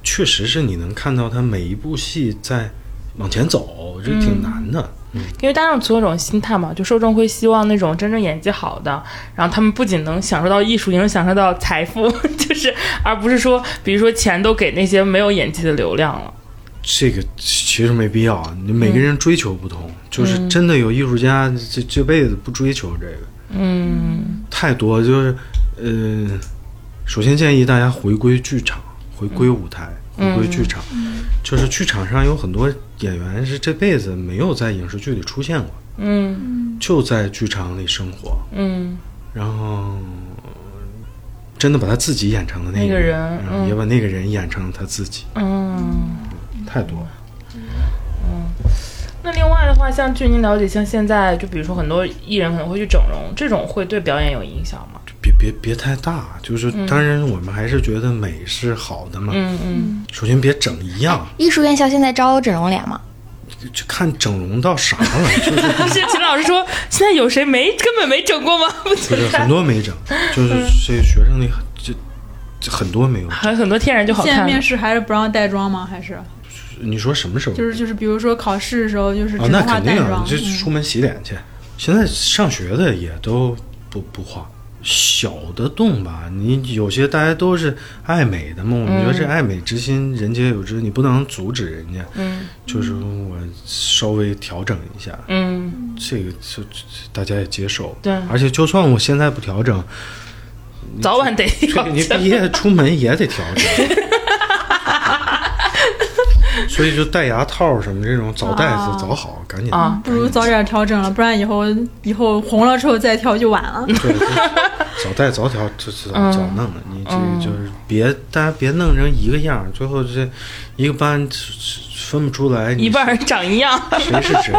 确实是你能看到他每一部戏在往前走，这挺难的。因为大众总有一种心态嘛，就受众会希望那种真正演技好的，然后他们不仅能享受到艺术，也能享受到财富， 就是而不是说，比如说钱都给那些没有演技的流量了。这个其实没必要啊，你每个人追求不同，就是真的有艺术家这这辈子不追求这个，嗯，太多就是，呃，首先建议大家回归剧场，回归舞台，嗯回归剧场，就是剧场上有很多演员是这辈子没有在影视剧里出现过，嗯就在剧场里生活，嗯然后真的把他自己演成了那那个个人，人然后嗯也把那个人演成了他自己，嗯。太多了。那另外的话，像据您了解，像现在就比如说很多艺人可能会去整容，这种会对表演有影响吗？别别别太大，就是当然我们还是觉得美是好的嘛。嗯嗯首先别整一样，艺术院校现在招整容脸吗？就看整容到啥了，就是不是，秦老师说现在有谁没根本没整过吗？不不存是在很，多没整，就是这学生里很这这很多没有。还有很多天然就好现在看了面。试还是不让带妆吗？还是你说什么时候？就是就是，比如说考试的时候，就是啊，只那能化肯淡定妆嗯啊，。这出门洗脸去。现在上学的也都不不化，小的动吧。你有些大家都是爱美的嘛，我们觉得这爱美之心，人皆有之，你不能阻止人家。嗯就是我稍微调整一下，嗯，这个就就大家也接受。对而且就算我现在不调整，早晚得这要个你毕 业出门也得调整。所以就戴牙套什么这种，早戴啊早好，赶紧啊不如早点调整了，不然以后以后红了之后再调就晚了。 对，就早带早调，就早嗯早弄了。你这个就是别，大家别弄成一个样儿，最后这一个班分不出来，你一半儿长一样。谁是 谁。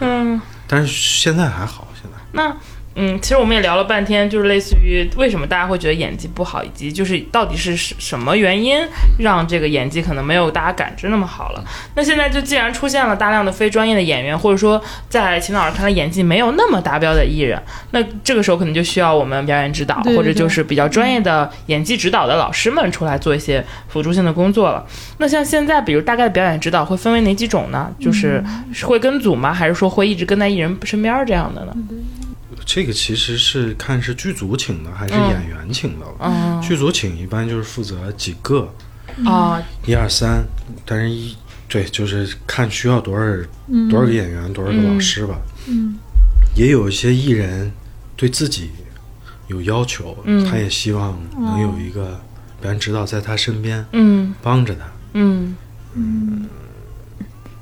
嗯，但是现在还好，现在那。嗯，其实我们也聊了半天，就是类似于为什么大家会觉得演技不好，以及就是到底是什什么原因让这个演技可能没有大家感知那么好了。嗯那现在就既然出现了大量的非专业的演员，或者说在秦老师看来演技没有那么达标的艺人，那这个时候可能就需要我们表演指导，对对或者就是比较专业的演技指导的老师们出来做一些辅助性的工作了。那像现在，比如大概的表演指导会分为哪几种呢？就是嗯会跟组吗？还是说会一直跟在艺人身边儿这样的呢？这个其实是看是剧组请的还是嗯演员请的了。嗯剧组请一般就是负责几个，嗯啊，一二三，但是一对就是看需要多少、多少个演员，多少个老师吧。嗯，也有一些艺人对自己有要求，嗯他也希望能有一哦个表演指导在他身边嗯帮着他。嗯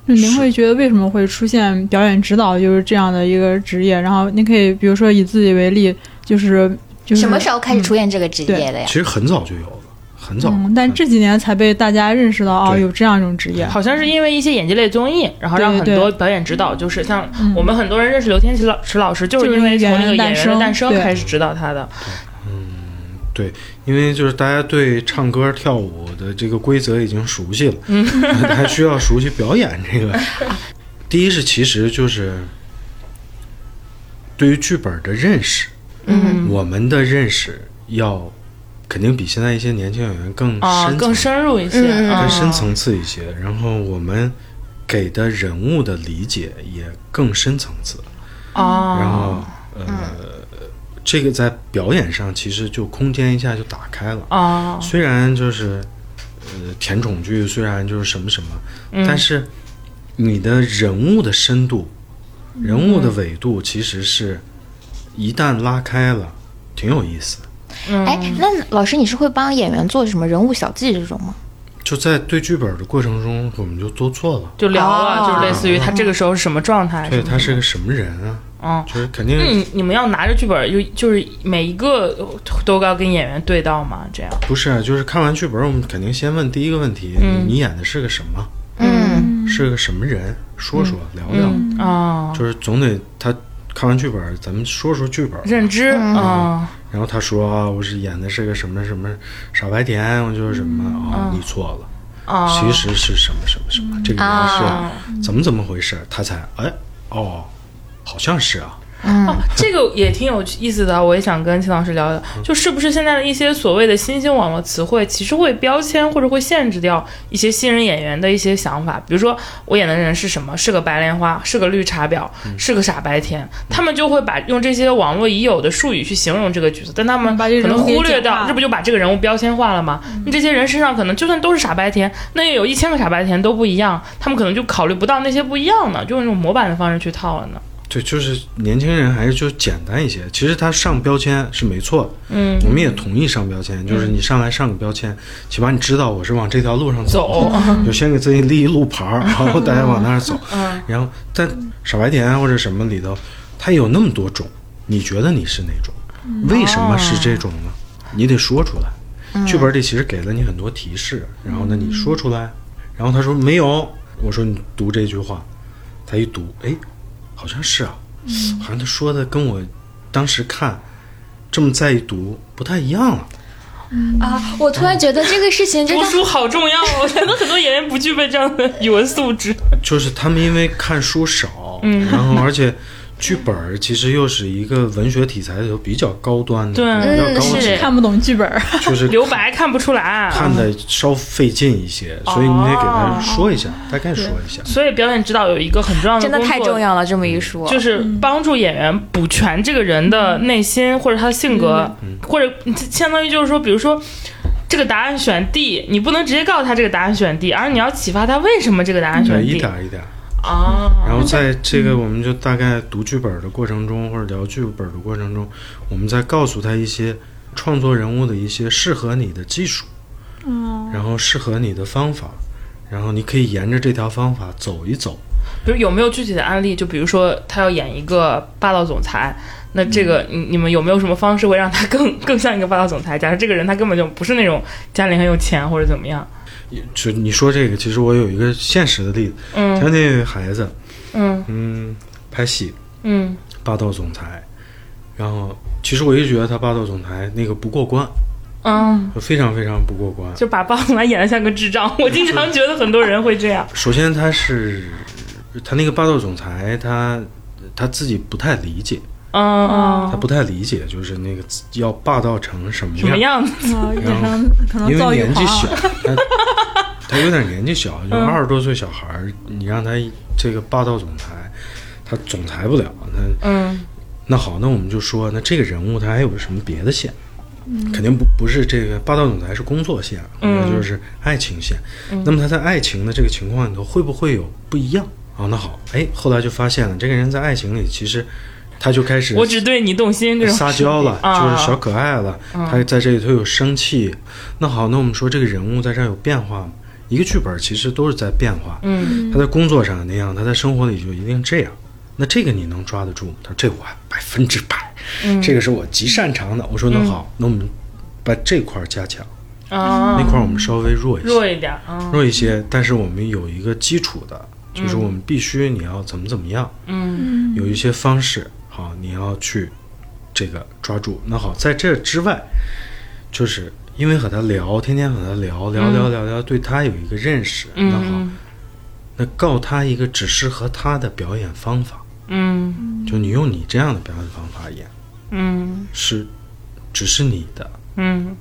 那您会觉得为什么会出现表演指导就是这样的一个职业？然后您可以比如说以自己为例，就是就是什么时候开始出现这个职业的呀其？实很早就有了，很早，嗯，但这几年才被大家认识到哦，对有这样一种职业。好像是因为一些演技类综艺，然后让很对对嗯多表演指导，就是像我们很多人认识刘天琪老池老师，就是就是因为从那个演演员员的诞诞生生对开始指导他的。对，因为就是大家对唱歌跳舞的这个规则已经熟悉了，嗯还需要熟悉表演这个。第一是其实就是对于剧本的认识，嗯我们的认识要肯定比现在一些年轻演员更深啊层、，更深入一些，嗯嗯啊更深层次一些，然后我们给的人物的理解也更深层次。然啊，后呃，嗯这个在表演上其实就空间一下就打开了。啊，虽然就是呃甜宠剧，虽然就是什么什么，但是你的人物的深度、人物的纬度，其实是一旦拉开了，挺有意思的。哎、那老师你是会帮演员做什么人物小记这种吗？就在对剧本的过程中，我们就都做了。就聊了，啊哦就是类似于他这个时候是什么状态，对什么他是个什么人啊？嗯。就是肯定那你你们要拿着剧本，就就是每一个都要跟演员对到吗？这样不是，啊就是看完剧本，我们肯定先问第一个问题：你演的是个什么？嗯是个什么人？说说聊聊，啊，就是总得他看完剧本，咱们说说剧本。认知嗯啊，然后他说啊，我是演的是个什么什么傻白甜，我就是什么啊，你错了，啊，其实是什么什么什么，这个人啊是怎么怎么回事？他才哎哦，好像是啊，嗯哦，这个也挺有意思的，我也想跟秦老师聊聊，就是不是现在的一些所谓的新兴网络词汇，其实会标签或者会限制掉一些新人演员的一些想法，比如说我演的人是什么，是个白莲花，是个绿茶婊，是个傻白甜，他们就会把用这些网络已有的术语去形容这个角色，但他们把这个可人能物给忽略简化嗯掉，这不就把这个人物标签化了吗？那这些人身上可能就算都是傻白甜，那也有一千个傻白甜都不一样，他们可能就考虑不到那些不一样的，就用那种模板的方式去套了呢。对，就是年轻人还是就简单一些。其实他上标签是没错的，嗯，我们也同意上标签，就是你上来上个标签，起码你知道我是往这条路上走走的， 就先给自己立一路牌儿，然后大家往那儿走。然后在傻白甜啊或者什么里头，它有那么多种，你觉得你是哪种？为什么是这种呢？你得说出来。剧本里其实给了你很多提示，然后呢，你说出来，然后他说没有，我说你读这句话，他一读，哎，好像是啊，好像他说的跟我当时看这么再一读不太一样了。啊！我突然觉得这个事情真读的书好重要哦， 我觉得很多演员不具备这样的语文素质。就是他们因为看书少，嗯然后而且剧本儿其实又是一个文学题材里头比较高端的，对比较高嗯级是， 看不懂剧本儿， 就是留白看不出来，啊看的稍费劲一些，所以你得给他说一哦下，大概说一下。所以表演指导有一个很重要的 真的工作太重，要了，这么一说，就是帮助演员补全这个人的内心或者他的性格，嗯或者相当于就是说，比如说。这个答案选 D，你不能直接告诉他这个答案选 D，而你要启发他为什么这个答案选对，一 D 点儿一点儿。啊。然后在这个我们就大概读剧本的过程中，或者聊剧本的过程中，我们再告诉他一些创作人物的一些适合你的技术，嗯，然后适合你的方法，然后你可以沿着这条方法走一走。比如有没有具体的案例？就比如说他要演一个霸道总裁，那这嗯个你你们有没有什么方式会让他更 更像一个霸道总裁？假如这个人他根本就不是那种家里很有钱或者怎么样，就你说这个，其实我有一个现实的例子，前嗯两天有一个孩子，嗯嗯，拍戏嗯霸道总裁，然后其实我一直觉得他霸道总裁那个不过关，嗯，非常非常不过关。就把霸道总裁演得像个智障。我经常觉得很多人会这样，首先他是他那个霸道总裁，他他自己不太理解，嗯他嗯，不太理解，就是那个要霸道成什么什么样，样子？啊，有点像可能因造为语年纪狂小 啊。，他他有点年纪小，嗯就二十多岁小孩儿，你让他这个霸道总裁，他总裁不了，他嗯那好，那我们就说，那这个人物他还有什么别的线？肯定不不是这个霸道总裁是工作线，或嗯者就是爱情线。那么他在爱情的这个情况里头，会不会有不一样啊？那好，哎，后来就发现了，这个人在爱情里其实他就开始我只对你动心这种撒娇了，啊嗯就是小可爱了。他在这里头有生气。那好，那我们说这个人物在这儿有变化吗？一个剧本其实都是在变化。嗯他在工作上那样，他在生活里就一定这样。那这个你能抓得住吗？他说这我百分之百，嗯这个是我极擅长的。我说那好，那我们把这块儿加强，啊那，块儿我们稍微弱一些，弱一点啊，弱一些。但是我们有一个基础的，就是我们必须你要怎么怎么样，嗯有一些方式，好，你要去这个抓住。那好，在这之外，就是因为和他聊，天天和他聊聊聊聊聊，对他有一个认识。那好，嗯那告他一个只适合他的表演方法，嗯就你用你这样的表演方法演，嗯是只是你的嗯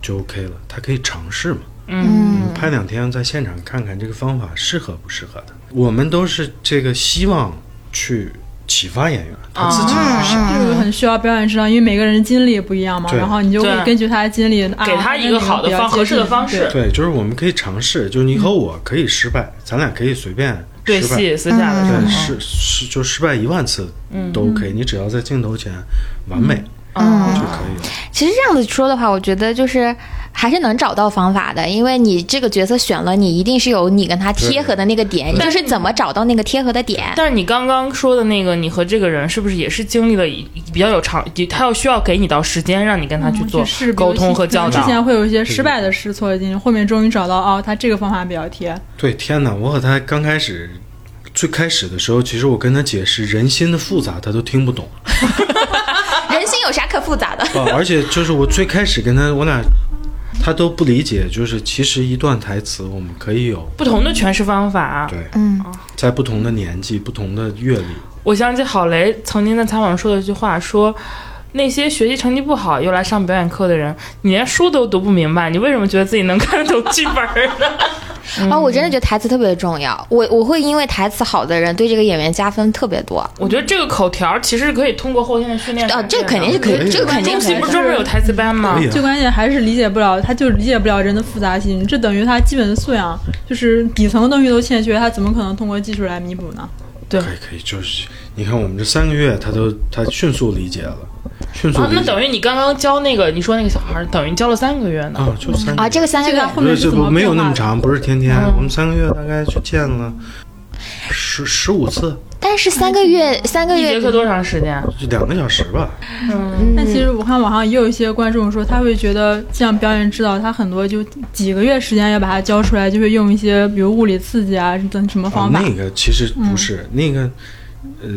就 OK 了。他可以尝试嘛，嗯我们拍两天在现场看看这个方法适合不适合他。我们都是这个希望去启发哦演员，他自己嗯去想。这个很需要表演指导，因为每个人经历也不一样嘛，对然后你就对会根据他的经历，啊给他一个好的方合适的方式对，就是我们可以尝试，就是你和我可以失败，咱俩可以随便嗯对失败，嗯戏私下的时候对，失失就失败一万次都 OK，、你只要在镜头前完美嗯就可以了。其实这样子说的话，我觉得就是还是能找到方法的，因为你这个角色选了，你一定是有你跟他贴合的那个点，对就是怎么找到那个贴合的点。但是你刚刚说的那个，你和这个人是不是也是经历了一比较有长，他要需要给你到时间，让你跟嗯他去做试沟通和教之前导。会有一些失败的试错的经历，后面终于找到哦，他这个方法比较贴。对，天哪！我和他刚开始，最开始的时候，其实我跟他解释人心的复杂，他都听不懂。人心有啥可复杂的？啊，而且就是我最开始跟他，我俩他都不理解，就是其实一段台词我们可以有不同的诠释方法，啊嗯对，嗯，在不同的年纪、不同的阅历，我想起郝雷曾经在采访上说的一句话，说那些学习成绩不好又来上表演课的人，你连书都读不明白，你为什么觉得自己能看得懂剧本儿呢？ 哦，我真的觉得台词特别重要。我我会因为台词好的人对这个演员加分特别多。我觉得这个口条其实可以通过后天的训练。哦，这个肯定是可可以，以这个肯定中可戏以不。是专门有台词班吗可？以啊最关键还是理解不了，他就理解不了人的复杂性，这等于他基本的素养就是底层的东西都欠缺，他怎么可能通过技术来弥补呢？对可以可以，就是你看我们这三个月，他都他迅速理解了，迅速啊，理那解等于你刚刚教那个，你说那个小孩儿，等于教了三个月呢。啊，就三啊，这个三个这月个后不面是是这怎不么没有变那么化的长，不是天天，嗯我们三个月大概就见了十十五次，但是三个月三个一月节课多长时间？就两个小时吧。但其实我看网上也有一些观众说，他会觉得像表演指导，他很多就几个月时间也把它教出来，就会用一些比如物理刺激啊等什么啊，方法。嗯那个其实不是、那个，呃，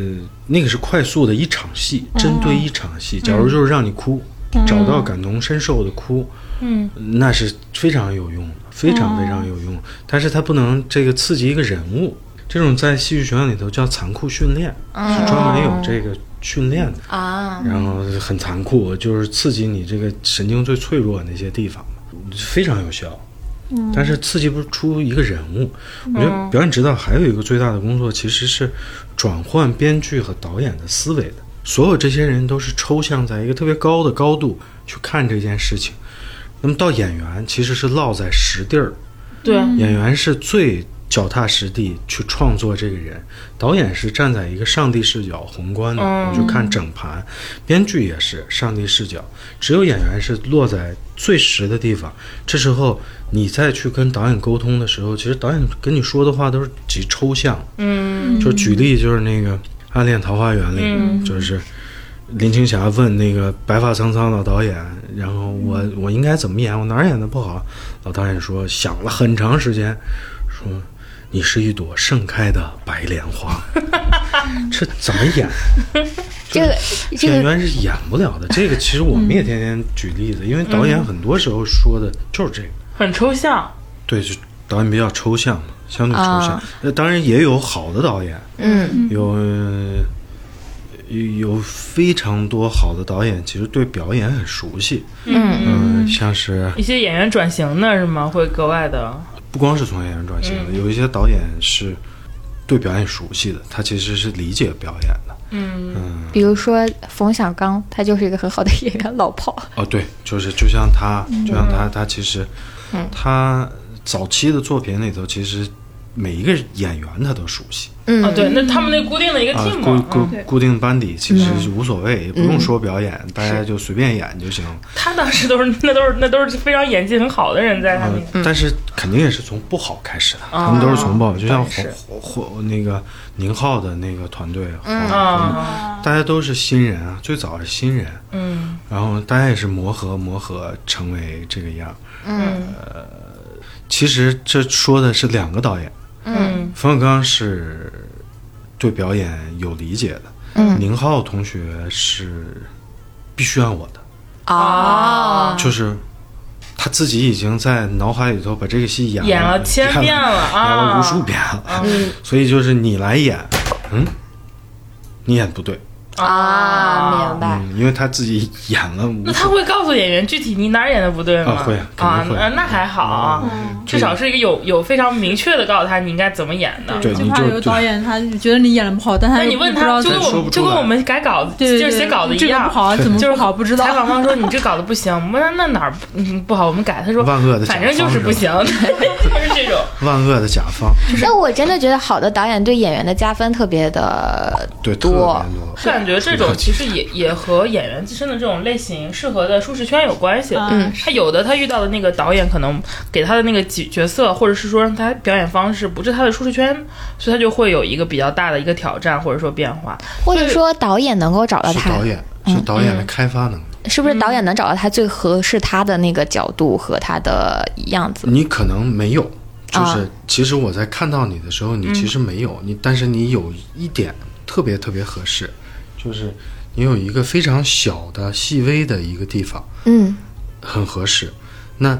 那个是快速的一场戏，针对嗯一场戏。假如就是让你哭，找到感同身受的哭，嗯，那是非常有用的，非常非嗯常有用。但是它不能这个刺激一个人物，这种在戏剧学院里头叫残酷训练，嗯是专门有这个训练的。啊，然后很残酷，就是刺激你这个神经最脆弱的那些地方，非常有效。但是刺激不出一个人物。我觉得表演指导还有一个最大的工作，其实是转换编剧和导演的思维的。所有这些人都是抽象在一个特别高的高度去看这件事情，那么到演员其实是落在实地儿，对，演员是最脚踏实地去创作这个人，导演是站在一个上帝视角宏观的，嗯我就看整盘，编剧也是上帝视角，只有演员是落在最实的地方。这时候你再去跟导演沟通的时候，其实导演跟你说的话都是极抽象。嗯，就举例就是那个《暗恋桃花源》里，嗯就是林青霞问那个白发苍苍老导演，然后我嗯我应该怎么演？我哪儿演的不好？老导演说想了很长时间，说你是一朵盛开的白莲 花，这怎么演？这个这演个嗯员是演不了的。这个其实我们也天天举例子，因为导演很多时候说的就是这个。很抽象。对，就导演比较抽象嘛，相对抽象啊。那、当然也有好的导演，嗯，有呃有有非常多好的导演，其实对表演很熟悉，嗯嗯、像是一些演员转型的是吗？会格外的，不光是从演员转型的，有一些导演是对表演熟悉的，他其实是理解表演的。嗯，比如说冯小刚，他就是一个很好的演员，老炮。哦，对，就是就像他，就像他，他其实，嗯他早期的作品里头，其实每一个演员他都熟悉。啊，嗯，对，那他们那固定的一个啊嗯 team，，固嘛固嗯固定班底其实是无所谓，也不用说表演，大家就随便演就行了。他当时都是那都是那都是非常演技很好的人在他啊那。，但是肯定也是从不好开始的，他们都是从不好，就像黄黄那个宁浩的那个团队，黄黄啊，大家都是新人啊，最早是新人，嗯然后大家也是磨合磨合成为这个样儿。呃嗯其实这说的是两个导演，嗯冯小刚是对表演有理解的，嗯宁浩同学是必须按我的。哦，就是他自己已经在脑海里头把这个戏演演了千遍了啊嗯演了无数遍了， 所以就是你来演，嗯，你演不对，啊，明白。嗯，因为他自己演了无那他数。会告诉演员具体你哪儿演的不对吗？啊会啊肯定会嗯那那还好，啊至少是一个有有非常明确的告诉他你应该怎么演的。对就你怕就有对导演他觉得你演的不好，但他那又你问不知他，道就跟怎么我说不们就出跟来我们改稿子，对对就是写对稿子一这个样，不好，怎么就是不好不知道采。访方说你这稿子不行，我说那哪儿不嗯不好，我们改。他说万恶的甲反正就是不 行，就是这种。万恶的甲方，但嗯我真的觉得好的导演对演员的加分特别的对，特别多多。。感觉这种其实也也和演员自身的这种类型适合的舒适圈有关系。嗯，他有的他遇到的那个导演可能给他的那个角角色，或者是说让他表演方式不是他的舒适圈，所以他就会有一个比较大的一个挑战或者说变化。或者说导演能够找到是他导，演，是导演的开发能力。是不是导演能找到他最合适他的那个角度和他的样子？你可能没有，就啊是其实我在看到你的时候，你其实没有、你，但是你有一点特别特别合适，就是你有一个非常小的、细微的一个地方嗯很合适。那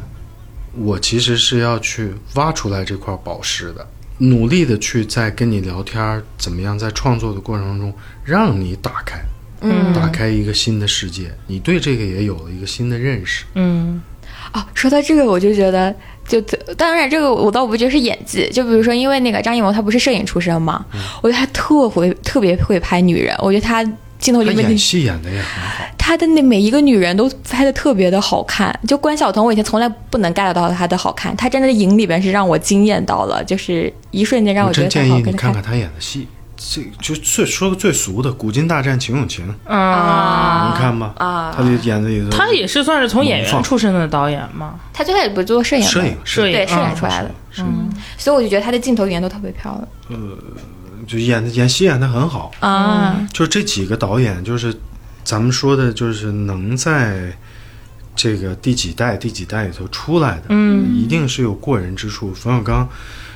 我其实是要去挖出来这块宝石的，努力的去在跟你聊天儿，怎么样在创作的过程中让你打开，嗯打开一个新的世界，你对这个也有了一个新的认识。嗯，哦，说到这个，我就觉得，就当然这个我倒不觉得是演技，就比如说，因为那个张艺谋他不是摄影出身嘛，嗯我觉得他特会特别会拍女人，我觉得他镜头里他面演的戏演的也很好，他的那每一个女人都拍的特别的好看，就关晓彤，我以前从来不能 get 到她的好看，她真的影里边是让我惊艳到了，就是一瞬间让我觉真得她建好议跟你她看看他演的戏。这就最说个最俗的《古今大战秦俑情》，啊，你看吧，啊他就演的也嗯他也是算是从演萌放员出身的导演嘛，她最开始不是做摄影吗摄影，摄影对摄影嗯出来的，是是嗯所以我就觉得她的镜头语言都特别漂亮就演的演戏演的很好。啊，就这几个导演，就是咱们说的，就是能在这个第几代、第几代里头出来的，嗯，一定是有过人之处。冯小刚，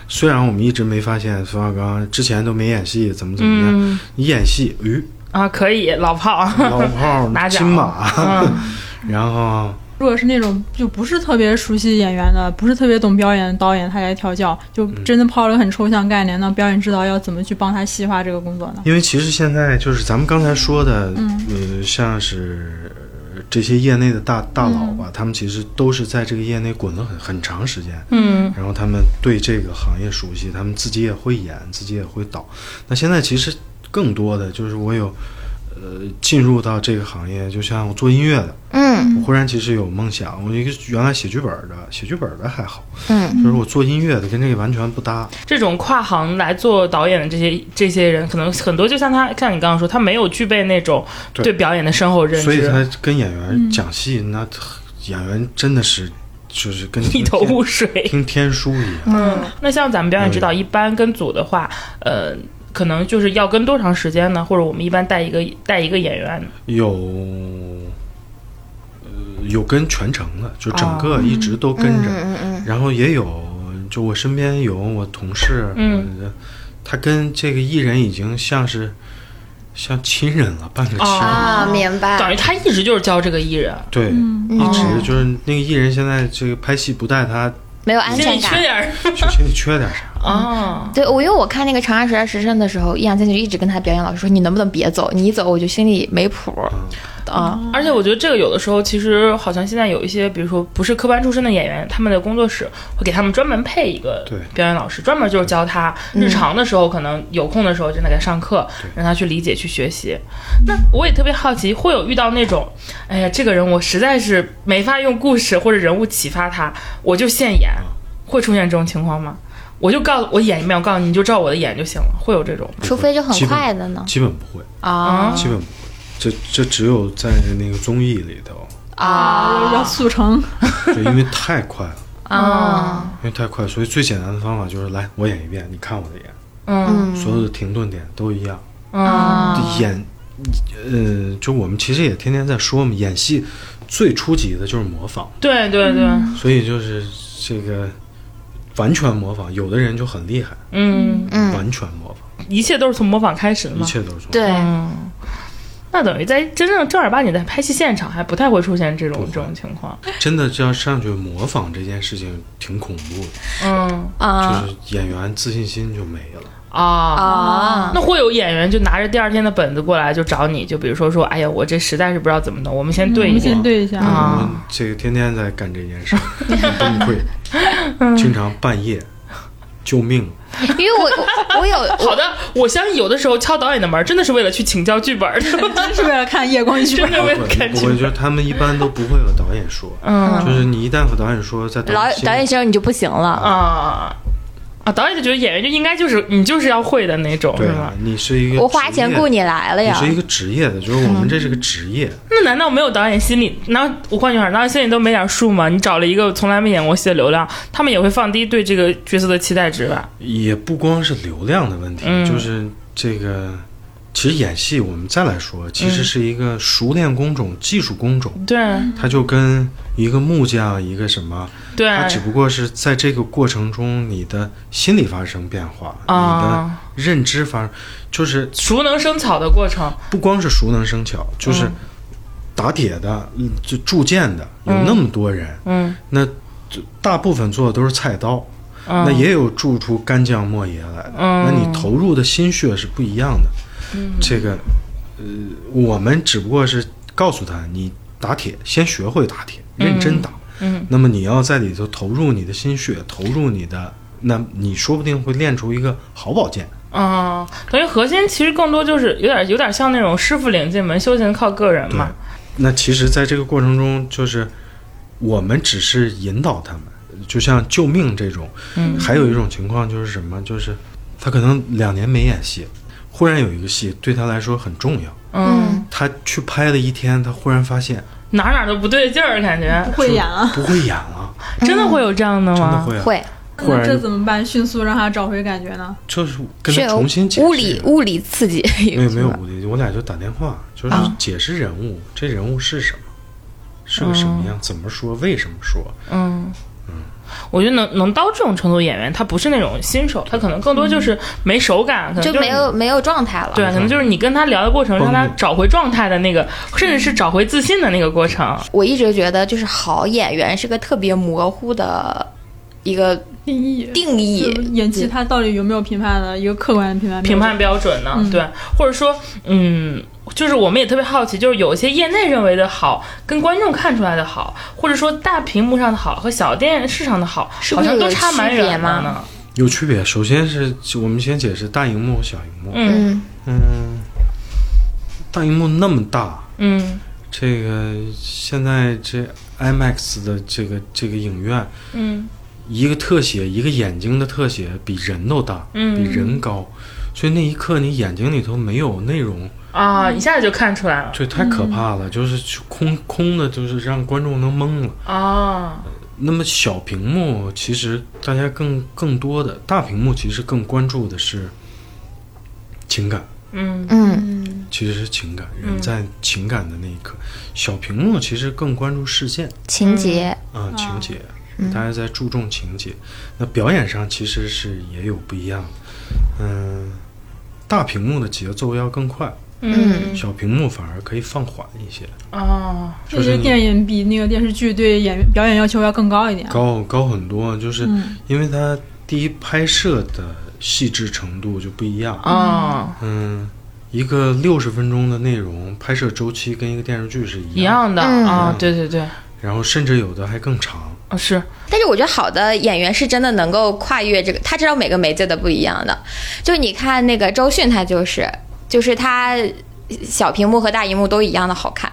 虽然我们一直没发现冯小刚之前都没演戏，怎么怎么样，嗯你演戏，咦、啊，可以，老炮儿， 老炮拿儿、奖嗯金马， 然后如果是那种就不是特别熟悉演员的，不是特别懂表演的导演，他来调教，就真的抛了很抽象概念，那表演指导要怎么去帮他细化这个工作呢？因为其实现在就是咱们刚才说的，嗯呃，像是呃这些业内的大大佬嗯吧，他们其实都是在这个业内滚了很很长时间，嗯，然后他们对这个行业熟悉，他们自己也会演，自己也会导。那现在其实更多的就是我有，呃，进入到这个行业，就像我做音乐的，嗯我忽然其实有梦想，我一个原来写剧本的，写剧本的还好，嗯，就是我做音乐的跟这个完全不搭，这种跨行来做导演的这些这些人，可能很多就像他，像你刚刚说，他没有具备那种对对表演的深厚认所以知，嗯他跟演嗯员讲戏，那演员真的是就是跟一听头天雾 水。听天书一样。嗯，那像咱们表演指导嗯一般跟组的话，呃，可能就是要跟多长时间呢？或者我们一般带一个带一个演员，有呃有跟全程的，就哦整个一直都跟嗯着，嗯然后也有就我身边有我同事，嗯呃，他跟这个艺人已经像是像亲人了，半个亲人。哦啊，明等白，嗯于他一直就是教这个艺人。对，嗯嗯一哦直就是那个艺人，现在这个拍戏不带他，没有安心全里缺感。嗯点儿就心里缺点啥。啊，对，我因为我看那个《长安十二时辰》的时候，易烊千玺就一直跟他表演老师说：“你能不能别走？你一走我就心里没谱儿。”嗯啊，而且我觉得这个有的时候其实好像现在有一些，比如说不是科班出身的演员，他们的工作室会给他们专门配一个对表演老师，专门就是教他日常的时候，可能有空的时候真的给他上课，让他去理解去学习。那我也特别好奇，会有遇到那种，哎呀，这个人我实在是没法用故事或者人物启发他，我就现演，会出现这种情况吗？我就告诉我演一遍，我告诉你，你就照我的演就行了，会有这种。除非就很基本快嗯的呢。基本不会，哦啊基本不会。这这只有在那个综艺里头，啊要速成，对，因为太快了，哦啊！因为太快，所以最简单的方法就是来我演一遍，你看我的演，嗯所有的停顿点都一样。嗯啊演，呃，就我们其实也天天在说嘛，演戏最初级的就是模仿，嗯对对对，所以就是这个完全模仿，有的人就很厉害，嗯，嗯，完全模仿，一切都是从模仿开始的一嘛。切都是从对，嗯，那等于在真正正儿八经在拍戏现场，还不太会出现这种这种情况。真的就要上去模仿这件事情挺恐怖的，嗯啊就是演员自信心就没了。啊。啊！那会有演员就拿着第二天的本子过来就找你，就比如说说，哎呀，我这实在是不知道怎么弄，我们先对我一们下。先对一下。嗯啊我们这个天天在干这件事，很崩溃，嗯经常半夜，救 命！因为我我我 有好的，我相信有的时候敲导演的门，真的是为了去请教剧本儿，真啊 是为了看夜光剧真本，的为了看我剧我本觉儿。得他们一般都不会和导演说，嗯就是你一旦和导演说，在老导演演心先生你就不行了。啊啊！导演就觉得演员就应该就是你就是要会的那种，对是啊吧？，你是一个我花钱职业雇你来了你呀！是一个职业的，就是我们这是个职业，那难道没有导演心里？啊那我换句话说，导演心里都没点数吗？你找了一个从来没演过戏的流量，他们也会放低对这个角色的期待值吧？也不光是流量的问题，嗯就是这个。其实演戏，我们再来说，其实是一个熟练工种、技术工种，对嗯它就跟一个木匠、一个什么，对，它只不过是在这个过程中，你的心理发生变化，啊你的认知发生，就是熟能生巧的过程。不光是熟能生巧，就是嗯打铁的、嗯就铸剑的有那么多人，嗯那就大部分做的都是菜刀，嗯那也有注出干将莫邪来的，嗯那你投入的心血是不一样的。这个，呃，我们只不过是告诉他，你打铁先学会打铁，认真打。嗯那么你要在里头投入你的心血，投入你的，那你说不定会练出一个好宝剑。嗯，等于核心其实更多就是有点有点像那种师傅领进门，修行靠个人嘛。那其实，在这个过程中，就是我们只是引导他们，就像救命这种。嗯还有一种情况就是什么？就是他可能两年没演戏，忽然有一个戏对他来说很重要，嗯，他去拍了一天，他忽然发现哪哪都不对劲儿，感觉不会演啊，不会演了，嗯真的会有这样的真的吗？会、啊、会 忽那这然怎么办？迅速让他找回感觉呢？就是跟是他有重新解释物理物理刺激，没有没有吧武力，我俩就打电话，就是啊解释人物，这人物是什么，是个什么样，怎么说，为什么说，嗯，我觉得能能到这种程度，演员他不是那种新手，他可能更多就是没手感，可能嗯就就是没有没有状态了。对，可能就是你跟他聊的过程，让崩他了找回状态的那个，甚至是找回自信的那个过程。我一直觉得，就是好演员是个特别模糊的一个定义。定义就。演技他到底有没有评判的一个客观的评判标评准？判标准呢？对，或者说，嗯，就是我们也特别好奇，就是有一些业内认为的好，跟观众看出来的好，或者说大屏幕上的好和小电视上的好，是不好是像都有差蛮区远别的吗呢。有区别。首先是就我们先解释大荧幕、小荧幕。嗯嗯，嗯，大荧幕那么大，嗯这个现在这 IMAX 的这个这个影院，嗯一个特写，一个眼睛的特写比人都大，嗯比人高，所以那一刻你眼睛里头没有内容，啊，嗯一下就看出来了这太可怕嗯了，就是空空的，就是让观众都懵了。啊。那么小屏幕其实大家更更多的大屏幕其实更关注的是情感，嗯嗯，其实是情感，嗯人在情感的那一刻，小屏幕其实更关注事件情节哦啊、情节，嗯大家在注重情节。那表演上其实是也有不一样的，嗯、大屏幕的节奏要更快，嗯小屏幕反而可以放缓一些，啊，就就是是电影比那个电视剧对演员表演要求要更高一点。高高很多，就是嗯因为它第一拍摄的细致程度就不一样，啊，嗯。一个六十分钟的内容，拍摄周期跟一个电视剧是一一样的，样的嗯啊，对对对，啊然后甚至有的还更长。是，但是我觉得好的演员是真的能够跨越这个，他知道每个媒介的不一样的。就是你看那个周迅，他就是，就是他小屏幕和大荧幕都一样的好看。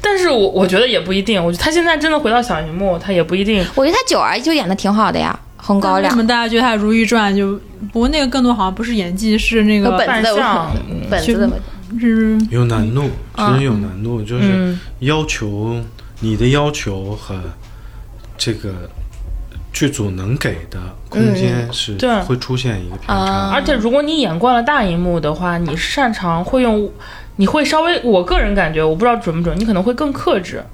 但是我我觉得也不一定，我觉得他现在真的回到小荧幕，他也不一定我觉得他九儿就演的挺好的呀，红高为粱什么大家觉得他《如懿传》就？不过那个更多好像不是演技，是那和个本子的扮相问题 本子的问题。是有难度，其实有难度，就是嗯要求你的要求和这个剧组能给的空间是嗯对啊会出现一个偏差。而且如果你演惯了大荧幕的话，你擅长会用，你会稍微，我个人感觉，我不知道准不准，你可能会更克制，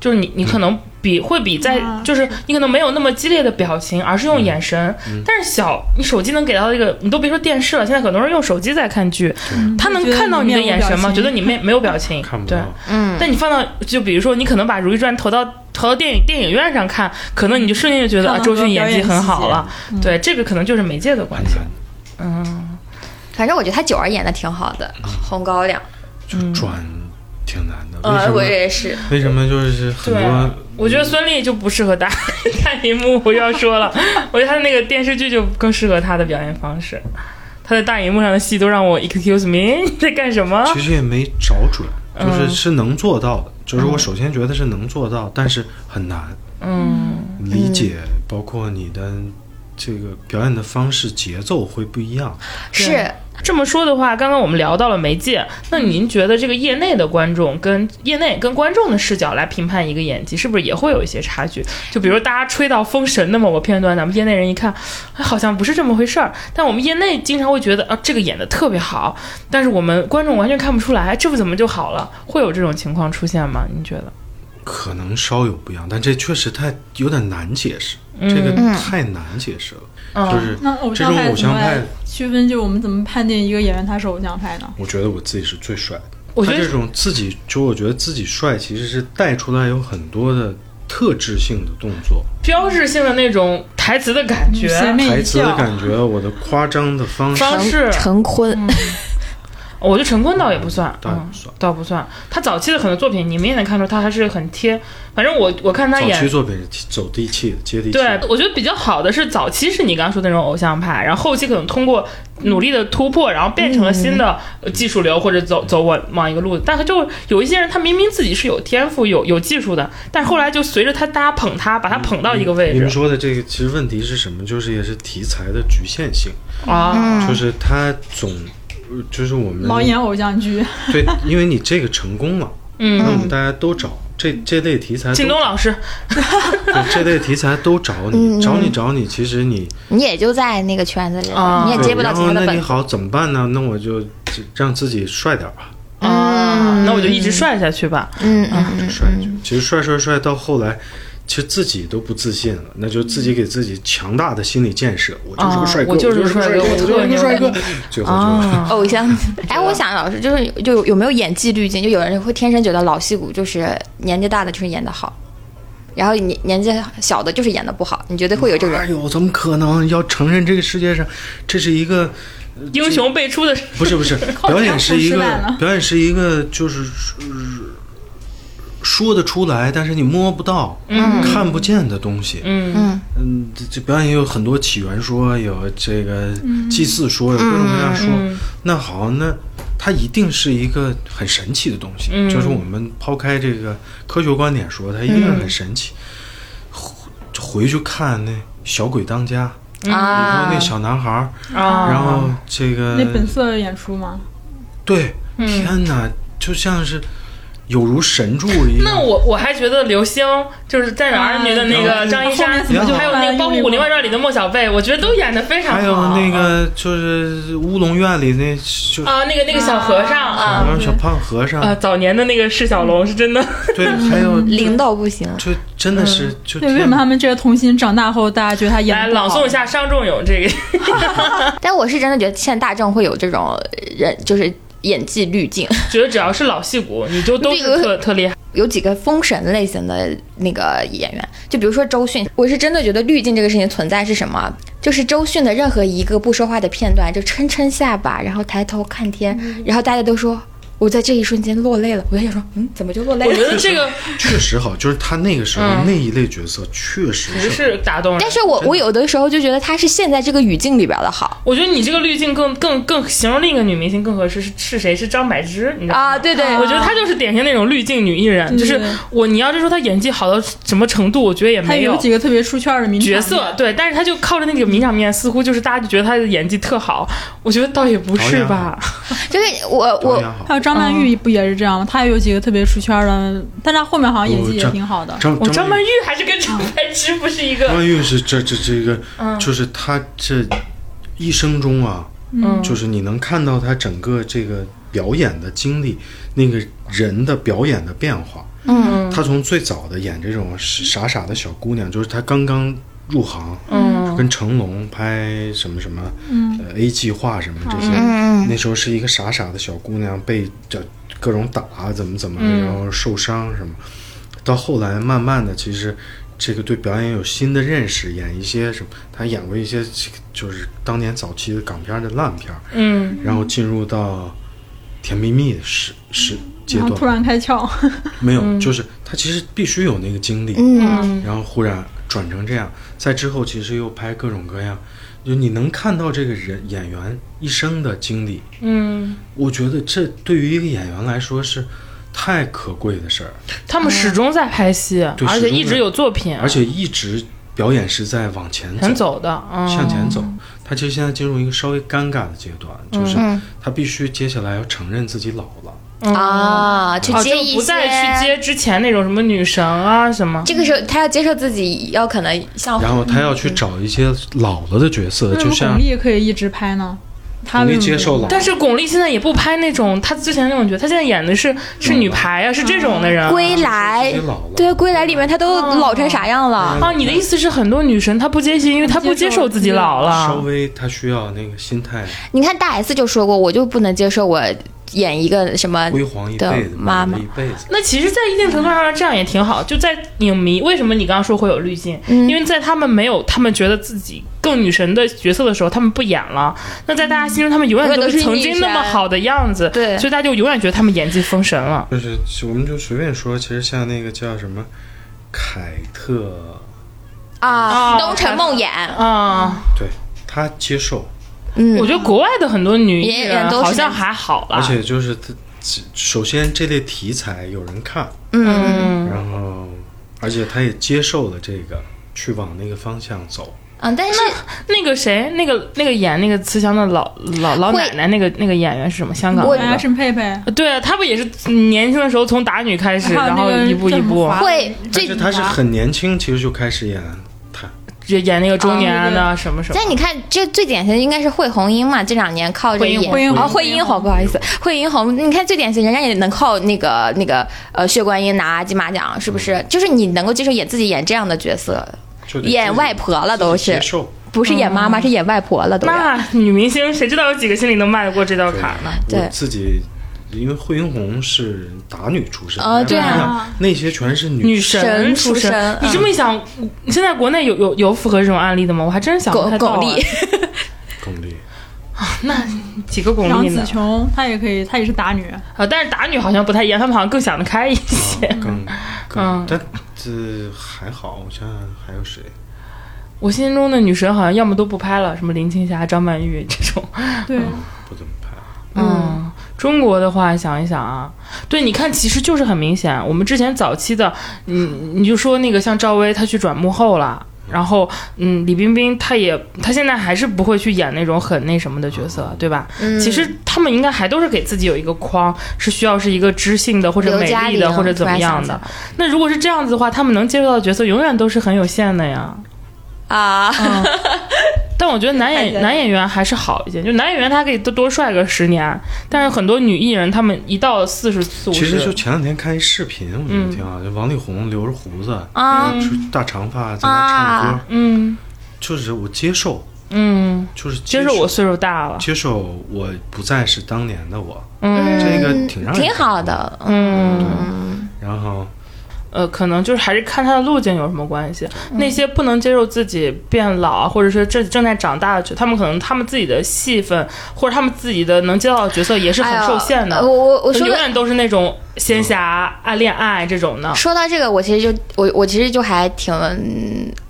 就是你你可能比会比在、就是你可能没有那么激烈的表情，而是嗯用眼神。但是小你手机能给到这个，你都别说电视了，现在很多人用手机在看剧，嗯他能看到你的眼神吗？觉觉得得你没没有表情， 看不对。到，嗯，但你放到就比如说，你可能把《如懿传》投到投到电影电影院上看，可能你就瞬间就觉得看啊，到周迅很多演技表演很细好节了。对，这个可能就是媒介的关很系。难，嗯反正我觉得他九儿演的挺好的，红高粱。就转挺难的。为呃，什我么？也是。为什么就是嗯很对啊多？我觉得孙俪就不适 合大大荧幕，我又要说了，我觉得她的那个电视剧就更适合她的表演方式。她在大荧幕上的戏都让我 excuse me 你在干什么？其实也没找准，嗯就是是能做到的。就是我首先觉得是能做到，但是很难嗯理解，包括你的这个表演的方式、节奏会不一样。是，这么说的话，刚刚我们聊到了媒介，那您觉得这个业内的观众跟业内跟观众的视角来评判一个演技，是不是也会有一些差距？就比如大家吹到封神的某个片段，咱们业内人一看，哎，好像不是这么回事儿。但我们业内经常会觉得啊，这个演的特别好，但是我们观众完全看不出来，这不怎么就好了？会有这种情况出现吗？您觉得？可能稍有不一样，但这确实太有点难解释，嗯这个太难解释了。哦就是那偶这像种派偶怎像么派来，区分？就我们怎么判定一个演员他是偶像派呢？我觉得我自己是最帅的。我觉得他这种自己就我觉得自己帅，其实是带出来有很多的特质性的动作，标志性的那种台词的感觉。随便台一词的笑，感觉，我的夸张的方式方，是陈坤，我觉得陈坤倒也不算，倒也嗯不算，倒不算。他早期的很多作品，你们也能看出他还是很贴。反正我我看他早演期作品是走地气的，接地气对的，，我觉得比较好的是早期是你刚刚说的那种偶像派，然后后期可能通过努力的突破，然后变成了新的嗯呃技术流或者走走往往一个路子。但他就有一些人，他明明自己是有天赋、有有技术的，但是后来就随着他大家捧他，把他捧到一个位你置们说的这个其实问题是什么？就是也是题材的局限性，啊。就是它总，呃就是我们老演偶像剧， 对，因为你这个成功了，那嗯，我们大家都找这这类题材都，靳东老师，对这类题材都找嗯你， 找你找你，其实你你也就在那个圈子里了，啊你也对，哎接不到然其后他的那本你子。好怎么办呢？那我就只让自己帅点吧，啊，那我就一直帅下去吧。嗯嗯就帅就。其实帅帅帅到后来。其实自己都不自信了，那就自己给自己强大的心理建设，我就是啊个帅哥，我就是个帅帅哥我我就特是牛个帅哥，最后就啊，偶像， 哎，我想老师就是就有有没有演技滤镜？就有人会天生觉得老戏骨就是年纪大的就是演的好，然后年年纪小的就是演的不好，你觉得会有这个 哎人？呦，怎么可能？要承认这个世界上，这是一个英雄辈出的不是不 是表演是一个失败了表演是一个就是呃说得出来，但是你摸不到、看不见的东西。嗯，嗯，这这表演也有很多起源说，有这个祭祀说，有各种各样说。嗯那好，那它一定是一个很神奇的东西，嗯就是我们抛开这个科学观点说，它一定是很神嗯奇。回回去看那《小鬼当家》然后啊那，小男孩儿，啊然后这个那本色演出嘛，对，嗯天哪，就像是有如神助一样。那我我还觉得刘星就是《战友儿女》的那个张一山，后面怎么还有那个《包括《武林外传》里的莫小贝，我觉得都演的非常好。还有那个就是《乌龙院》里那就是啊，那个那个小和尚啊。小胖和尚，呃啊，早年的那个释小龙是真的，对，嗯还有灵到不行，就真的是就对，为什么他们这个童星长大后，大家觉得他演来得不好朗诵一下商仲永这个，但我是真的觉得现在大众会有这种人，就是演技滤镜。觉得只要是老戏骨，你就都是这特个特厉害。有几个封神类型的那个演员，就比如说周迅，我是真的觉得滤镜这个事情存在是什么？啊就是周迅的任何一个不说话的片段，就撑撑下巴，然后抬头看天，嗯然后大家都说我在这一瞬间落泪了。我在想说，嗯，怎么就落泪我觉了？得这个确实好，就是他那个时候那一类角色确实嗯不是打动人，但是我我有的时候就觉得她是现在这个语境里边的好我觉得你这个滤镜更更更形容另一个女明星更合适是是谁？是张柏芝，你知道吗？啊，对对，我觉得她就是典型那种滤镜女艺人，就是对我你要是说她演技好到什么程度，我觉得也他没有几个特别出圈的名角场面色，对，但是她就靠着那个名场面，似乎就是大家就觉得她的演技特好，我觉得倒也不导是演吧？就是我表我演好。还有张曼玉不也是这样吗？她也有几个特别出圈的，但她后面好像演技也张挺好的。哦张我张曼曼玉还是跟张柏芝不是一张个，曼玉是这这这个，就是她这一生中啊，嗯就是你能看到她整个这个表演的经历，那个人的表演的变化。嗯，她从最早的演这种傻傻的小姑娘，就是她刚刚入行，嗯跟成龙拍什么什么，呃 A 计划什么这些，嗯那时候是一个傻傻的小姑娘被这各种打，怎么怎么，嗯然后受伤什么，到后来慢慢的，其实这个对表演有新的认识，演一些什么，她演过一些这个就是当年早期的港片的烂片儿，嗯，然后进入到甜蜜蜜的时时阶然后嗯段，突然开窍，没有，就是他其实必须有那个经历，嗯嗯然后忽然转成这样，在之后其实又拍各种各样，就你能看到这个人演员一生的经历，嗯，我觉得这对于一个演员来说是太可贵的事儿，他们始终在拍戏，对而且始终一直有作品，啊而且一直表演是在往前很走走的，嗯，向前走。他其实现在进入一个稍微尴尬的阶段，就是他必须接下来要承认自己老了。嗯啊，去啊，接就一不再去些。接之前那种什么女神啊什么，这个时候，她要接受自己，要可能像然后他要去找一些老了的角色，为什就么像巩俐可以一直拍呢？她巩为俐什么接受老，但是巩俐现在也不拍那种她之前那种角色，她现在演的是是女排啊，是这种的人。嗯归来自己老了，哎对，归来里面她都嗯老成啥样了？啊，你的意思是很多女神她不接戏，因为她不接受自己老稍了。微他需要那个心态，你看大 S 就说过，我就不能接受我演一个什么辉煌一的辈子，嗯妈妈美丽一辈子。那其实，在一定程度上，这样也挺好。就在影迷，为什么你刚刚说会有滤镜？因为在他们没有他们觉得自己更女神的角色的时候，他们不演了。那在大家心中，他们永远都是曾经那么好的样子，对所以大家就永远觉得他们演技封神了。就是我们就随便说，其实像那个叫什么凯特，啊，啊东城梦魇，啊，对她接受，嗯，我觉得国外的很多女艺演员人啊都是好像还好啦而，且就是她，首先这类题材有人看，嗯嗯，然后而且她也接受了这个，去往那个方向走。嗯，但是那个谁，那个那个演那个慈祥的老老老奶奶，那个那个演员是什么？香港我大的家。是佩佩，对，啊他不也是年轻的时候从打女开始，还有然那后个一步一郑步华会啊但这是她是很年轻，其实就开始演她，也演那个中年啊的什么什么。但你看，这最典型的应该是惠红英嘛，这两年靠着惠英演惠英哦，红惠英红，不好意思，惠英红，你看最典型，人家也能靠那个那个呃血观音拿金马奖，是不嗯是？就是你能够接受演自己演这样的角色，就得自演己外婆了都自己是接，受。不是演妈妈，是演外婆了都要。嗯那女明星谁知道有几个心里能迈得过这道坎呢？对我自己，因为惠英红是打女出身啊对啊，那些全是女女生。神神出出身嗯你这么一想，现在国内有有有符合这种案例的吗？我还真是想不巩太到啊巩俐，巩 俐，几个巩杨俐紫呢？琼她也可以，她也是打女，啊，但是打女好像不太一样，他们好像更想得开一些。 啊嗯更更，但这还好，我想想还有谁？我心中的女神好像要么都不拍了，什么林青霞、张曼玉这种。对，不怎么拍。嗯，中国的话，想一想啊，对，你看，其实就是很明显，我们之前早期的，你你就说那个像赵薇，她去转幕后了。然后，嗯，李冰冰她也，她现在还是不会去演那种很那什么的角色，对吧？嗯其实他们应该还都是给自己有一个框，是需要是一个知性的或者刘美嘉丽玲的或者怎么样突然想的起。那如果是这样子的话，他们能接触到的角色永远都是很有限的呀。啊，嗯但我觉得男太演人男演员还是好一些，就男演员他可以多多帅个十年，但是很多女艺人她们一到四十四五其实就十，前两天看一视频，我觉嗯得挺好。就王力宏留着胡子，啊是大长发在那唱歌，嗯就是我接受，嗯，就是接受我岁数大了，接受我不再是当年的我，嗯这个嗯挺让人挺好的，嗯嗯，然后呃，可能就是还是看他的路径有什么关系。那些不能接受自己变老啊，或者是正正在长大的角，他们可能他们自己的戏份或者他们自己的能接到的角色也是哎很呦受限的。呃我我我就说永的远都是那种仙侠爱恋爱这种的，说到这个，我其实就我我其实就还挺，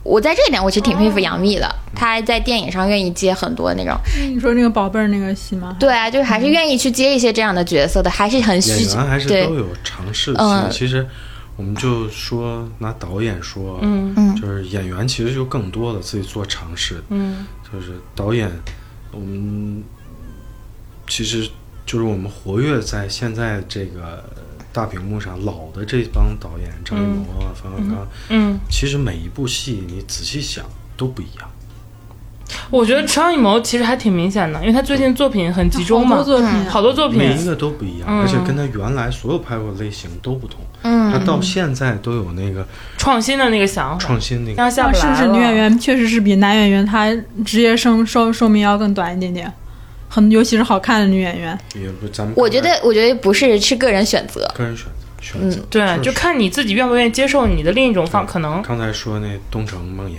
我在这一点我其实挺哦佩服杨幂的，她在电影上愿意接很多那种，你说那个宝贝儿那个戏吗？对啊，就是还是愿意去接一些这样的角色的，还是很需嗯演员还是对都有尝试嗯性。其实我们就说拿导演说，啊嗯就是演员其实就更多的自己做尝试，嗯就是导演，我们其实就是我们活跃在现在这个大屏幕上老的这帮导演，张艺谋啊、冯小刚，嗯。其实每一部戏你仔细想都不一样。我觉得张艺谋其实还挺明显的，因为他最近作品很集中好嘛嗯多，作品啊，好多作每一品。个都不一样，嗯而且跟他原来所有拍过的类型都不同。嗯，他到现在都有那个创新的那个想法，创新那个让他下啊不来是不是了女演？员确实是比男演员她职业生寿寿命要更短一点点？很，尤其是好看的女演员，也不，咱们我觉得我觉得不是是个人选择，个人选择选择。嗯对，确就实看你自己愿不愿意接受你的另一种嗯方可能刚才说那《东城梦魇》，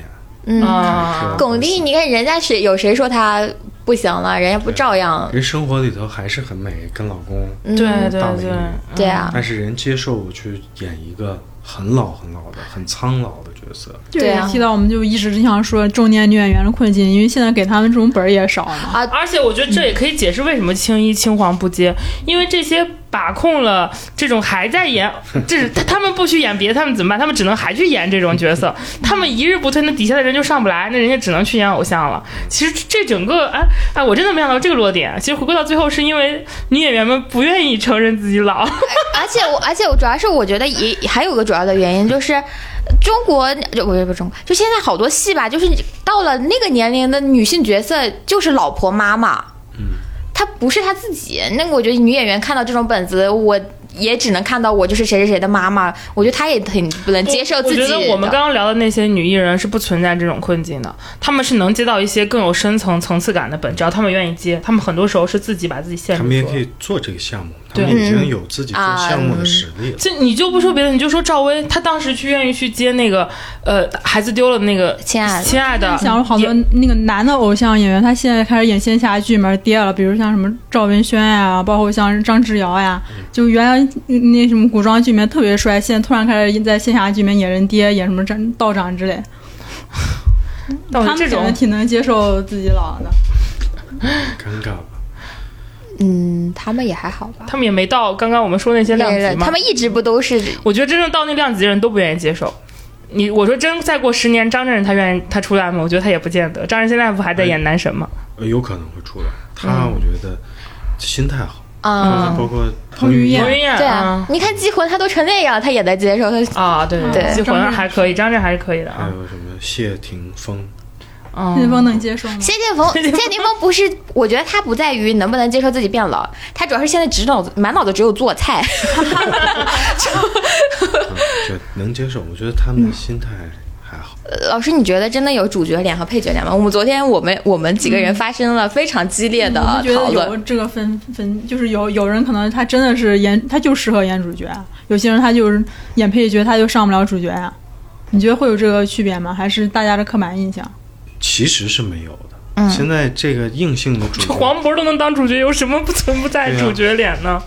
嗯啊。嗯巩俐，你看人家谁有谁说她不行了，人家不照样，人生活里头还是很美，跟老公，嗯、对嗯对大美对女，对啊，但是人接受我去演一个很老很老的、很苍老的角色。就对也啊提到我们就一直想说中年女演员的困境，因为现在给他们这种本儿也少嘛。而且我觉得这也可以解释为什么青衣青黄不接，因为这些把控了这种还在 演，这是他他们不去演别的，他们怎么办？他们只能还去演这种角 色，他们一日不推，那底下的人就上不来，那人家只能去演偶像了。其实这整个，哎哎，我真的没想到这个落点。啊其实回归到最后，是因为女演员们不愿意承认自己老，而且我，而且我主要是我觉得也还有个主要的原因就是，中国就不是不是中国，就现在好多戏吧，就是到了那个年龄的女性角色就是老婆妈妈，嗯，她不是她自己。那个我觉得女演员看到这种本子，我也只能看到我就是谁谁谁的妈妈，我觉得她也挺不能接受自己我觉得我们的刚刚聊的那些女艺人是不存在这种困境的，她们是能接到一些更有深层层次感的本，只要她们愿意接，她们很多时候是自己把自己限他制们也住可了。以做这个项目，他们已经有自己做项目的实力了。这你就不说别的，你就说赵薇，她当时去愿意去接那个，呃，孩子丢了那个亲爱的亲爱的，想了好多也那个男的偶像演员，他现在开始演仙侠剧里面跌了，比如像什么赵文轩呀、包括像张智尧呀，就原来嗯那什么古装剧里面特别帅，现在突然开始在仙侠剧里面演人爹，演什么张道长之类，到底他们哦这可能种挺能接受自己老的。尴尬吧？嗯，他们也还好吧。他们也没到刚刚我们说那些量级嘛。他们一直不都是我觉得真正到那量级的人都不愿意接受。你我说真，再过十年，张震他愿意他出来吗？我觉得他也不见得。张震现在不还哎在演男神吗？呃，有可能会出来。他我觉得心态好，嗯，包括彭于晏彭于晏对啊，你看《祭魂》他都成那样，他也在接受他。啊，对嗯对对，就好张像震还可以，张震还是可以的还啊。有什么谢霆锋，嗯那方能接受吗？谢霆锋， 谢霆锋不是，我觉得他不在于能不能接受自己变老，他主要是现在只脑子满脑子只有做菜。 嗯就能接受。我觉得他们的心态还好。老师，你觉得真的有主角脸和配角脸吗？我们昨天我们我们几个人发生了非常激烈的我觉讨得有论，这个分分，就是有有人可能他真的是演，他就适合演主角啊；有些人他就是演配角，他就上不了主角呀、你觉得会有这个区别吗？还是大家的刻板印象？其实是没有的。现在这个硬性的主这角，黄渤都能当主角，有什么不存不在对啊主角脸呢？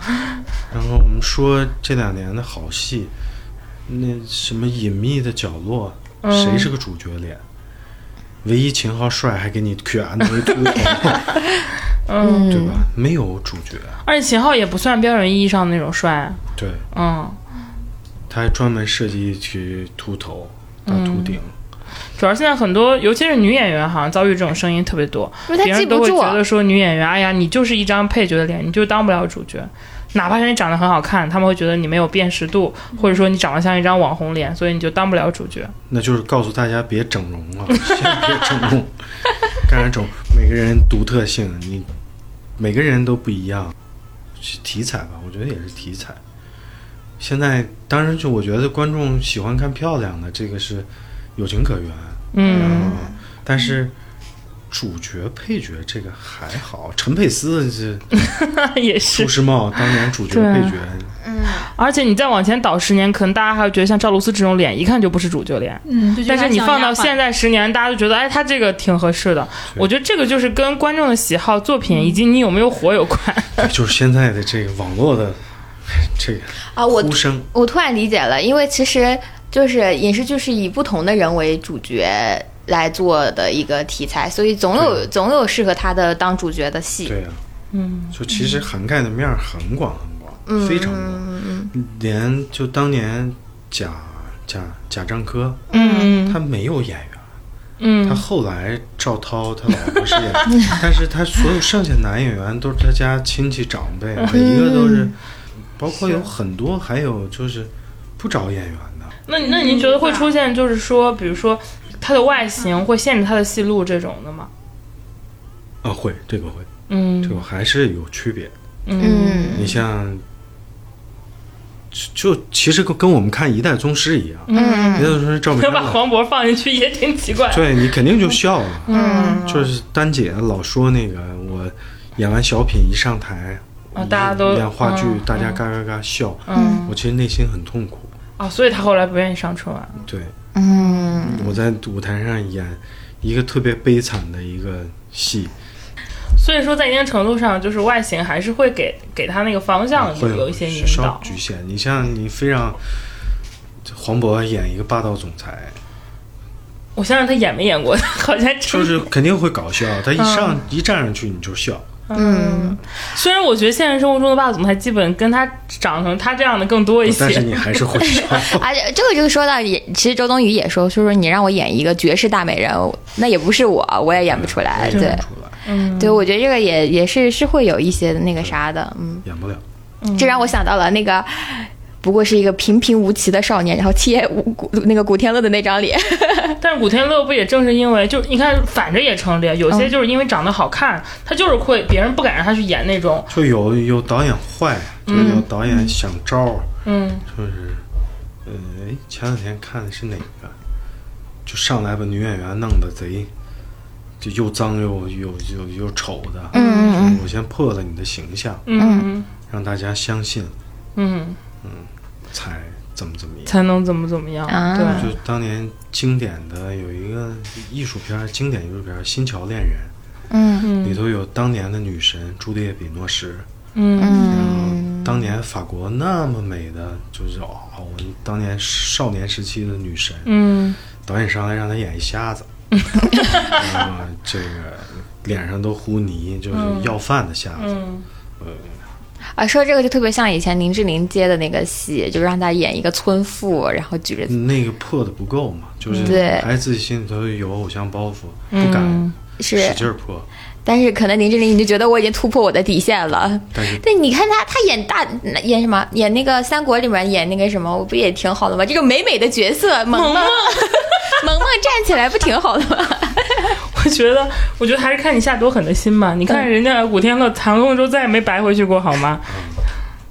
然后我们说这两年的好戏，那什么隐秘的角落，谁是个主角脸？唯一秦昊帅，还给你卷子一秃头， 嗯，对吧？没有主角，而且秦昊也不算标准意义上的那种帅，对，嗯，他还专门设计去秃头、大秃顶，主要现在很多，尤其是女演员，好像遭遇这种声音特别多，因为她别记人不都会住啊觉得说女演员，哎呀，你就是一张配角的脸，你就当不了主角。哪怕是你长得很好看，他们会觉得你没有辨识度，嗯或者说你长得像一张网红脸，所以你就当不了 主角。那就是告诉大家别整容啊， 先别整容， 干啥整？每个人独特性，你每个人都不一样，是题材吧？我觉得也是题材。现在当然就我觉得观众喜欢看漂亮的，这个是有情可原，嗯，但是主角配角这个还好，陈佩斯是也朱是。时茂当年主角对啊配角，而且你再往前倒十年，可能大家还会觉得像赵露思这种脸，一看就不是主角脸。嗯，就觉得但是你他像放到丫鬟现在十年，大家就觉得，哎，他这个挺合适的。我觉得这个就是跟观众的喜好、作品以及你有没有火有关。就是现在的这个网络的这个啊，我呼声。我突然理解了，因为其实就是影视剧是以不同的人为主角来做的一个题材，所以总有总有适合他的当主角的戏。对呀、嗯，就其实涵盖的面儿很广很广，嗯非常广，连就当年贾贾贾樟柯，嗯他没有演员，嗯他后来赵涛他老婆是 演员，但是他所有剩下男演员都是他家亲戚长辈，啊每一个都嗯是，包括有很多还有就是不找演员的，那那您觉得会出现，就是说，比如说他的外形会限制他的戏路这种的吗？啊会这个会嗯这个还是有区别，嗯嗯你像。就就其实跟跟我们看《一代宗师》一样，嗯，一代宗师》赵本要 山把老黄渤放进去也挺奇怪。对你肯定就笑了。嗯，就是丹姐老说那个，我演完小品一上台，啊大家都演话剧嗯，大家嘎嘎嘎笑。嗯我其实内心很痛苦。啊，所以他后来不愿意上春晚。对，嗯，我在舞台上演一个特别悲惨的一个戏，所以说，在一定程度上，就是外形还是会给给他那个方向啊会有一些引稍导。局限。你像你非让黄渤演一个霸道总裁，我想想他演没演过， 好像就真是肯定会搞笑。他一上、一站上去你就笑，嗯。虽然我觉得现实生活中的霸总裁基本跟他长成他这样的更多一些但是。你还是会 笑。而且这个就说到也，其实周冬雨也说，就是说你让我演一个绝世大美人，那也不是我，我也演不出来。演对不出来，对，我觉得这个也也是是会有一些那个啥的，嗯，演不了。这让我想到了那个。不过是一个平平无奇的少年，然后贴古古那个古天乐的那张脸，但是古天乐不也正是因为，就是你看反着也成立，有些就是因为长得好看，他就是会别人不敢让他去演那种就有有导演坏，就是嗯有导演想招儿，嗯就是，呃，哎前两天看的是哪个？就上来把女演员弄得贼，就又脏又又又又丑的。嗯嗯我先破了你的形象，嗯让大家相信，嗯，才怎么怎么样。才能怎么怎么样？啊对，就当年经典的有一个艺术片儿，经典艺术片儿《新桥恋人》，嗯里头有当年的女神朱丽叶·比诺什，嗯嗯，当年法国那么美的，就是哦，我们当年少年时期的女神，嗯导演上来让她演一 瞎子，啊、这个脸上都糊泥，就是要饭的瞎子，嗯啊，说这个就特别像以前林志玲接的那个戏，就让她演一个村妇，然后举着嗯那个破的不够嘛，就是对还自己心里头有偶像包袱，嗯不敢是使，劲儿破，但是可能林志玲你就觉得我已经突破我的底线了。但是对，你看她，她演大演什么？演那个《三国》里面演那个什么，我不也挺好的吗？这个美美的角色，萌萌， 萌萌站起来不挺好的吗？我觉得，我觉得还是看你下多狠的心吧。你看人家古天乐谈论之后再也没白回去过，好吗？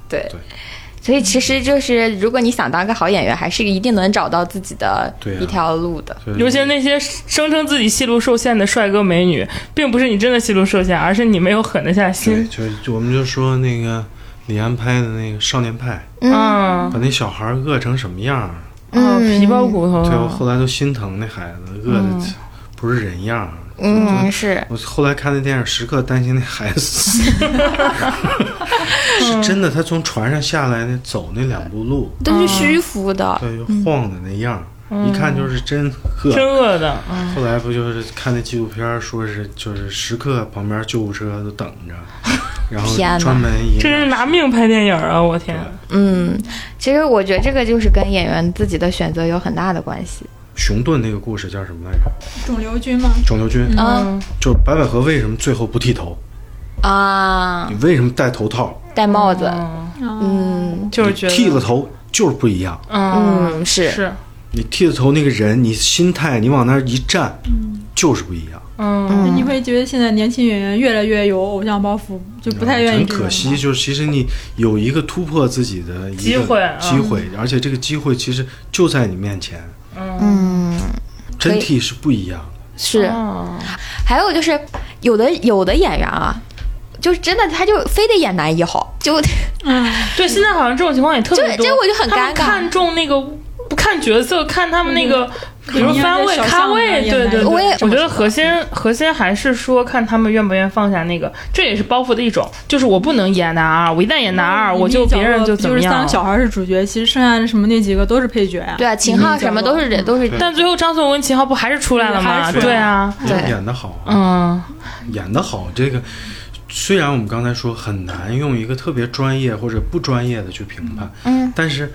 对，对 所以其实就是，如果你想当个好演员，还是一定能找到自己的对啊一条路的。所以尤其是那些声称自己戏路受限的帅哥美女，并不是你真的戏路受限，而是你没有狠得下对，心。就是就我们就说那个李安拍的那个《少年派》，嗯把那小孩儿饿成什么样儿？嗯，皮包骨头对嗯我了。后来都心疼那孩子，饿的不是人样儿。嗯，是我后来看那电影，时刻担心那孩 子死，嗯是真的。他从船上下来，那走那两步路，都是虚浮的。对，晃的那样儿，一看就是真真饿。饿的，嗯后来不就是看那纪录片儿，说是就是时刻旁边救护车都等着，然后天哪专门一这是拿命拍电影啊！我天，嗯，其实我觉得这个就是跟演员自己的选择有很大的关系。熊顿那个故事叫什么来着？肿瘤君吗？肿瘤君，嗯就是白百合为什么最后不剃头？啊你，为什么戴头套？戴帽子，嗯就是觉得剃了，头就是不一样。嗯，嗯，是是，你剃了头那个人，你心态，你往那儿一站，就是不一样。嗯你会觉得现在年轻演员越来越有偶像包袱，就不太愿意啊很这种嗯可惜，了就是其实你有一个突破自己的一个机会啊机会，而且这个机会其实就在你面前，嗯真剃是不一样的。是。哦还有就是，有的有的演员啊，就是真的他就非得演男一号，就对，现在好像这种情况也特别这多，这我就很他们尴尬看中那个不看角色，看他们那个，比如翻位、小巷咖子位，也对蛮对对。我也这我么觉觉得得核心核心还是说看他们愿不愿意放下那个，这也是包袱的一种，就是我不能演男二，我一旦演嗯男二，我就别人就就怎么是三样个。小孩是主角，其实剩下的什么那几个都是配角呀、对啊，秦昊什么都是都是但最后张颂文、秦昊不还是出来了吗？还是出来了对啊，对演得好，啊嗯演得好，这个虽然我们刚才说很难用一个特别专业或者不专业的去评判，嗯，但是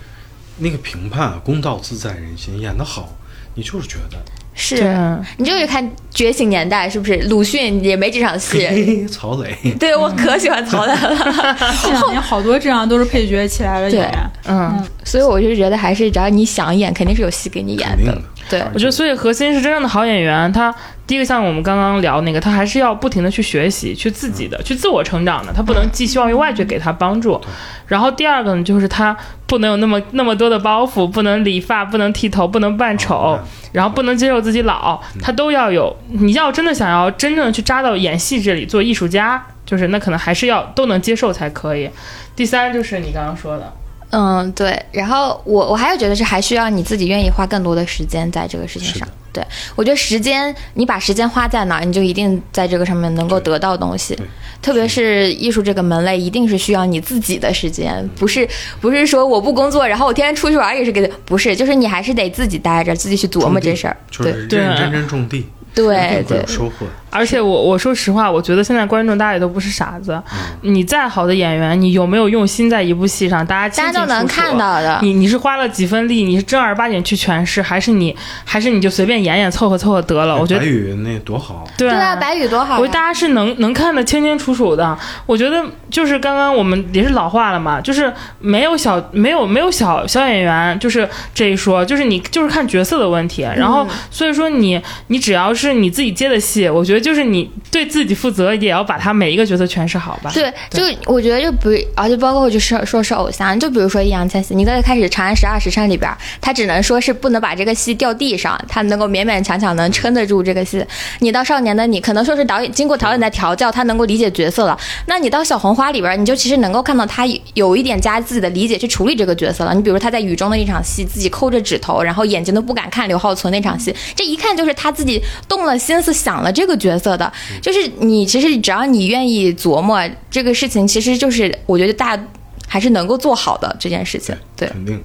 那个评判啊公道自在人心，演得好，你就是觉得对是。你就是看《觉醒年代》，是不是？鲁迅也没这场戏。嘿嘿曹 磊，对，我可喜欢曹楠 了， 这两年好多这样都是配角起来的演员。嗯，所以我就觉得还是只要你想演，肯定是有戏给你演肯定的的。对，我觉得所以核心是真正的好演员，他第一个像我们刚刚聊那个，他还是要不停的去学习，去自己的，去自我成长的，他不能寄希望于外界给他帮助。然后第二个呢，就是他不能有那么那么多的包袱，不能理发，不能剃头，不能扮丑，哦然后不能接受自己老，他都要有。你要真的想要真正的去扎到演戏这里做艺术家，就是那可能还是要都能接受才可以。第三就是你刚刚说的，嗯，对。然后我我还有觉得是还需要你自己愿意花更多的时间在这个事情是上的。对，我觉得时间，你把时间花在哪儿，你就一定在这个上面能够得到东西对。特别是艺术这个门类，一定是需要你自己的时间，不是不是说我不工作，然后我天天出去玩儿也是给，不是，就是你还是得自己待着，自己去琢磨这事儿。就对是认认真真种地，对一定会对有，收获的。而且我我说实话，我觉得现在观众大家也都不是傻子。你再好的演员，你有没有用心在一部戏上，大家清大家清都能楚楚看到的。你你是花了几分力，你是正儿八经去诠释，还是你还是你就随便演演凑合凑合得了？呃我觉白得宇那多好，对对啊，白宇多好我觉得呀大家是能能看得清清楚楚的。我觉得就是刚刚我们也是老话了嘛，就是没有小没有没有小小演嗯员，就是这一说，就是你就是看角色的问题。然后所以说你你只要是你自己接的戏，我觉得就是你对自己负责，也要把他每一个角色诠释好吧。对，就我觉得就不，而且包括就是说是偶像，就比如说易烊千玺，你刚才开始《长安十二时辰》里边，他只能说是不能把这个戏掉地上，他能够勉勉强强能撑得住这个戏。你到《少年的你》，可能说是导演经过导演的调教，他能够理解角色了。那你到《小红花》里边，你就其实能够看到他有一点加自己的理解去处理这个角色了。你比如他在雨中的一场戏，自己抠着指头，然后眼睛都不敢看刘浩存那场戏，这一看就是他自己动了心思想了这个角色的。嗯就是你其实只要你愿意琢磨这个事情，其实就是我觉得大家还是能够做好的这件事情。对肯定。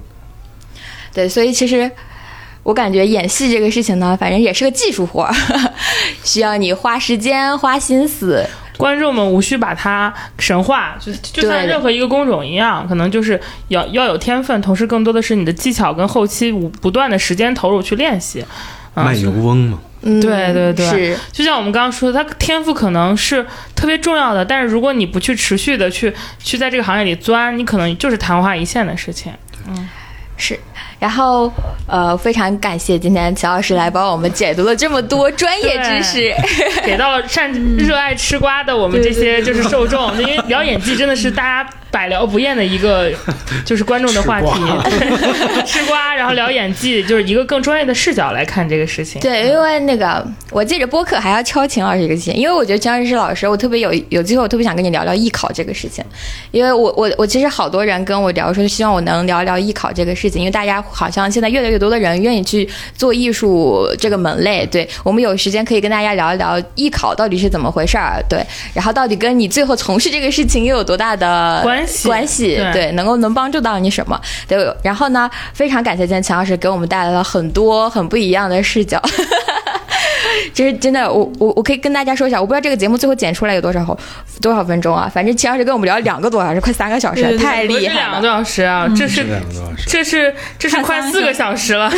对，所以其实我感觉演戏这个事情呢，反正也是个技术活儿， 需要你花时间、花心思。观众们无需把它神化，就就像对任何一个工种一样，可能就是要要有天分，同时更多的是你的技巧跟后期不不断的时间投入去练习。啊卖油翁嘛，嗯，对对对是就像我们刚刚说的，他天赋可能是特别重要的，但是如果你不去持续的去去在这个行业里钻，你可能就是昙花一现的事 情。是。然后呃，非常感谢今天乔老师来帮我们解读了这么多专业知识。给到了善热爱吃瓜的我们这些就是受众，因为聊演技真的是大家百聊不厌的一 个就是观众的话题， 吃瓜，然后聊演技，就是一个更专业的视角来看这个事情。 对，因为那个我借着播客还要敲秦老师一个琴，因为我觉得秦老师是老师，我特别有有机会，我特别想跟你聊聊艺考这个事情，因为我我我其实好多人跟我聊说，希望我能聊聊艺考这个事情，因为大家好像现在越来越多的人愿意去做艺术这个门类，对我们有时间可以跟大家聊一聊艺考到底是怎么回事儿，对，然后到底跟你最后从事这个事情又有多大的关系关系，对对，能够能帮助到你什么？对，然后呢，非常感谢今天钱老师给我们带来了很多很不一样的视角。 就是真的，我我我可以跟大家说一下，我不知道这个节目最后剪出来有多少后多少分钟啊，反正钱老师跟我们聊两个多小时，快三个小时，对对对太不是厉害两个了多。小时啊，这是这两个多小时。这是这是快四个小时了。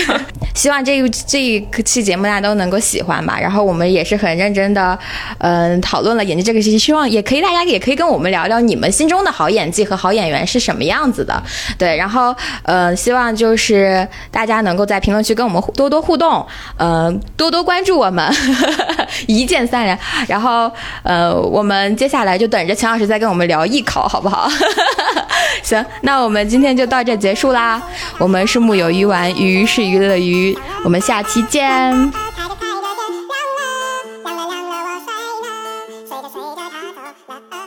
希望这一这一期节目大家都能够喜欢吧。然后我们也是很认真的，嗯、讨论了演技这个事情，希望也可以大家也可以跟我们聊聊你们心中的好演技和好演员是什么样子的。对，然后呃，希望就是大家能够在评论区跟我们互多多互动，呃，多多关注我们， 一键三连。然后呃，我们接下来就等着钱老师再跟我们聊艺考，好不好？ 行，那我们今天就到这结束啦。我们是木有鱼丸，鱼是娱乐的鱼，我们下期见。他的快乐就让了，让了让了我睡了，睡着睡着他走了。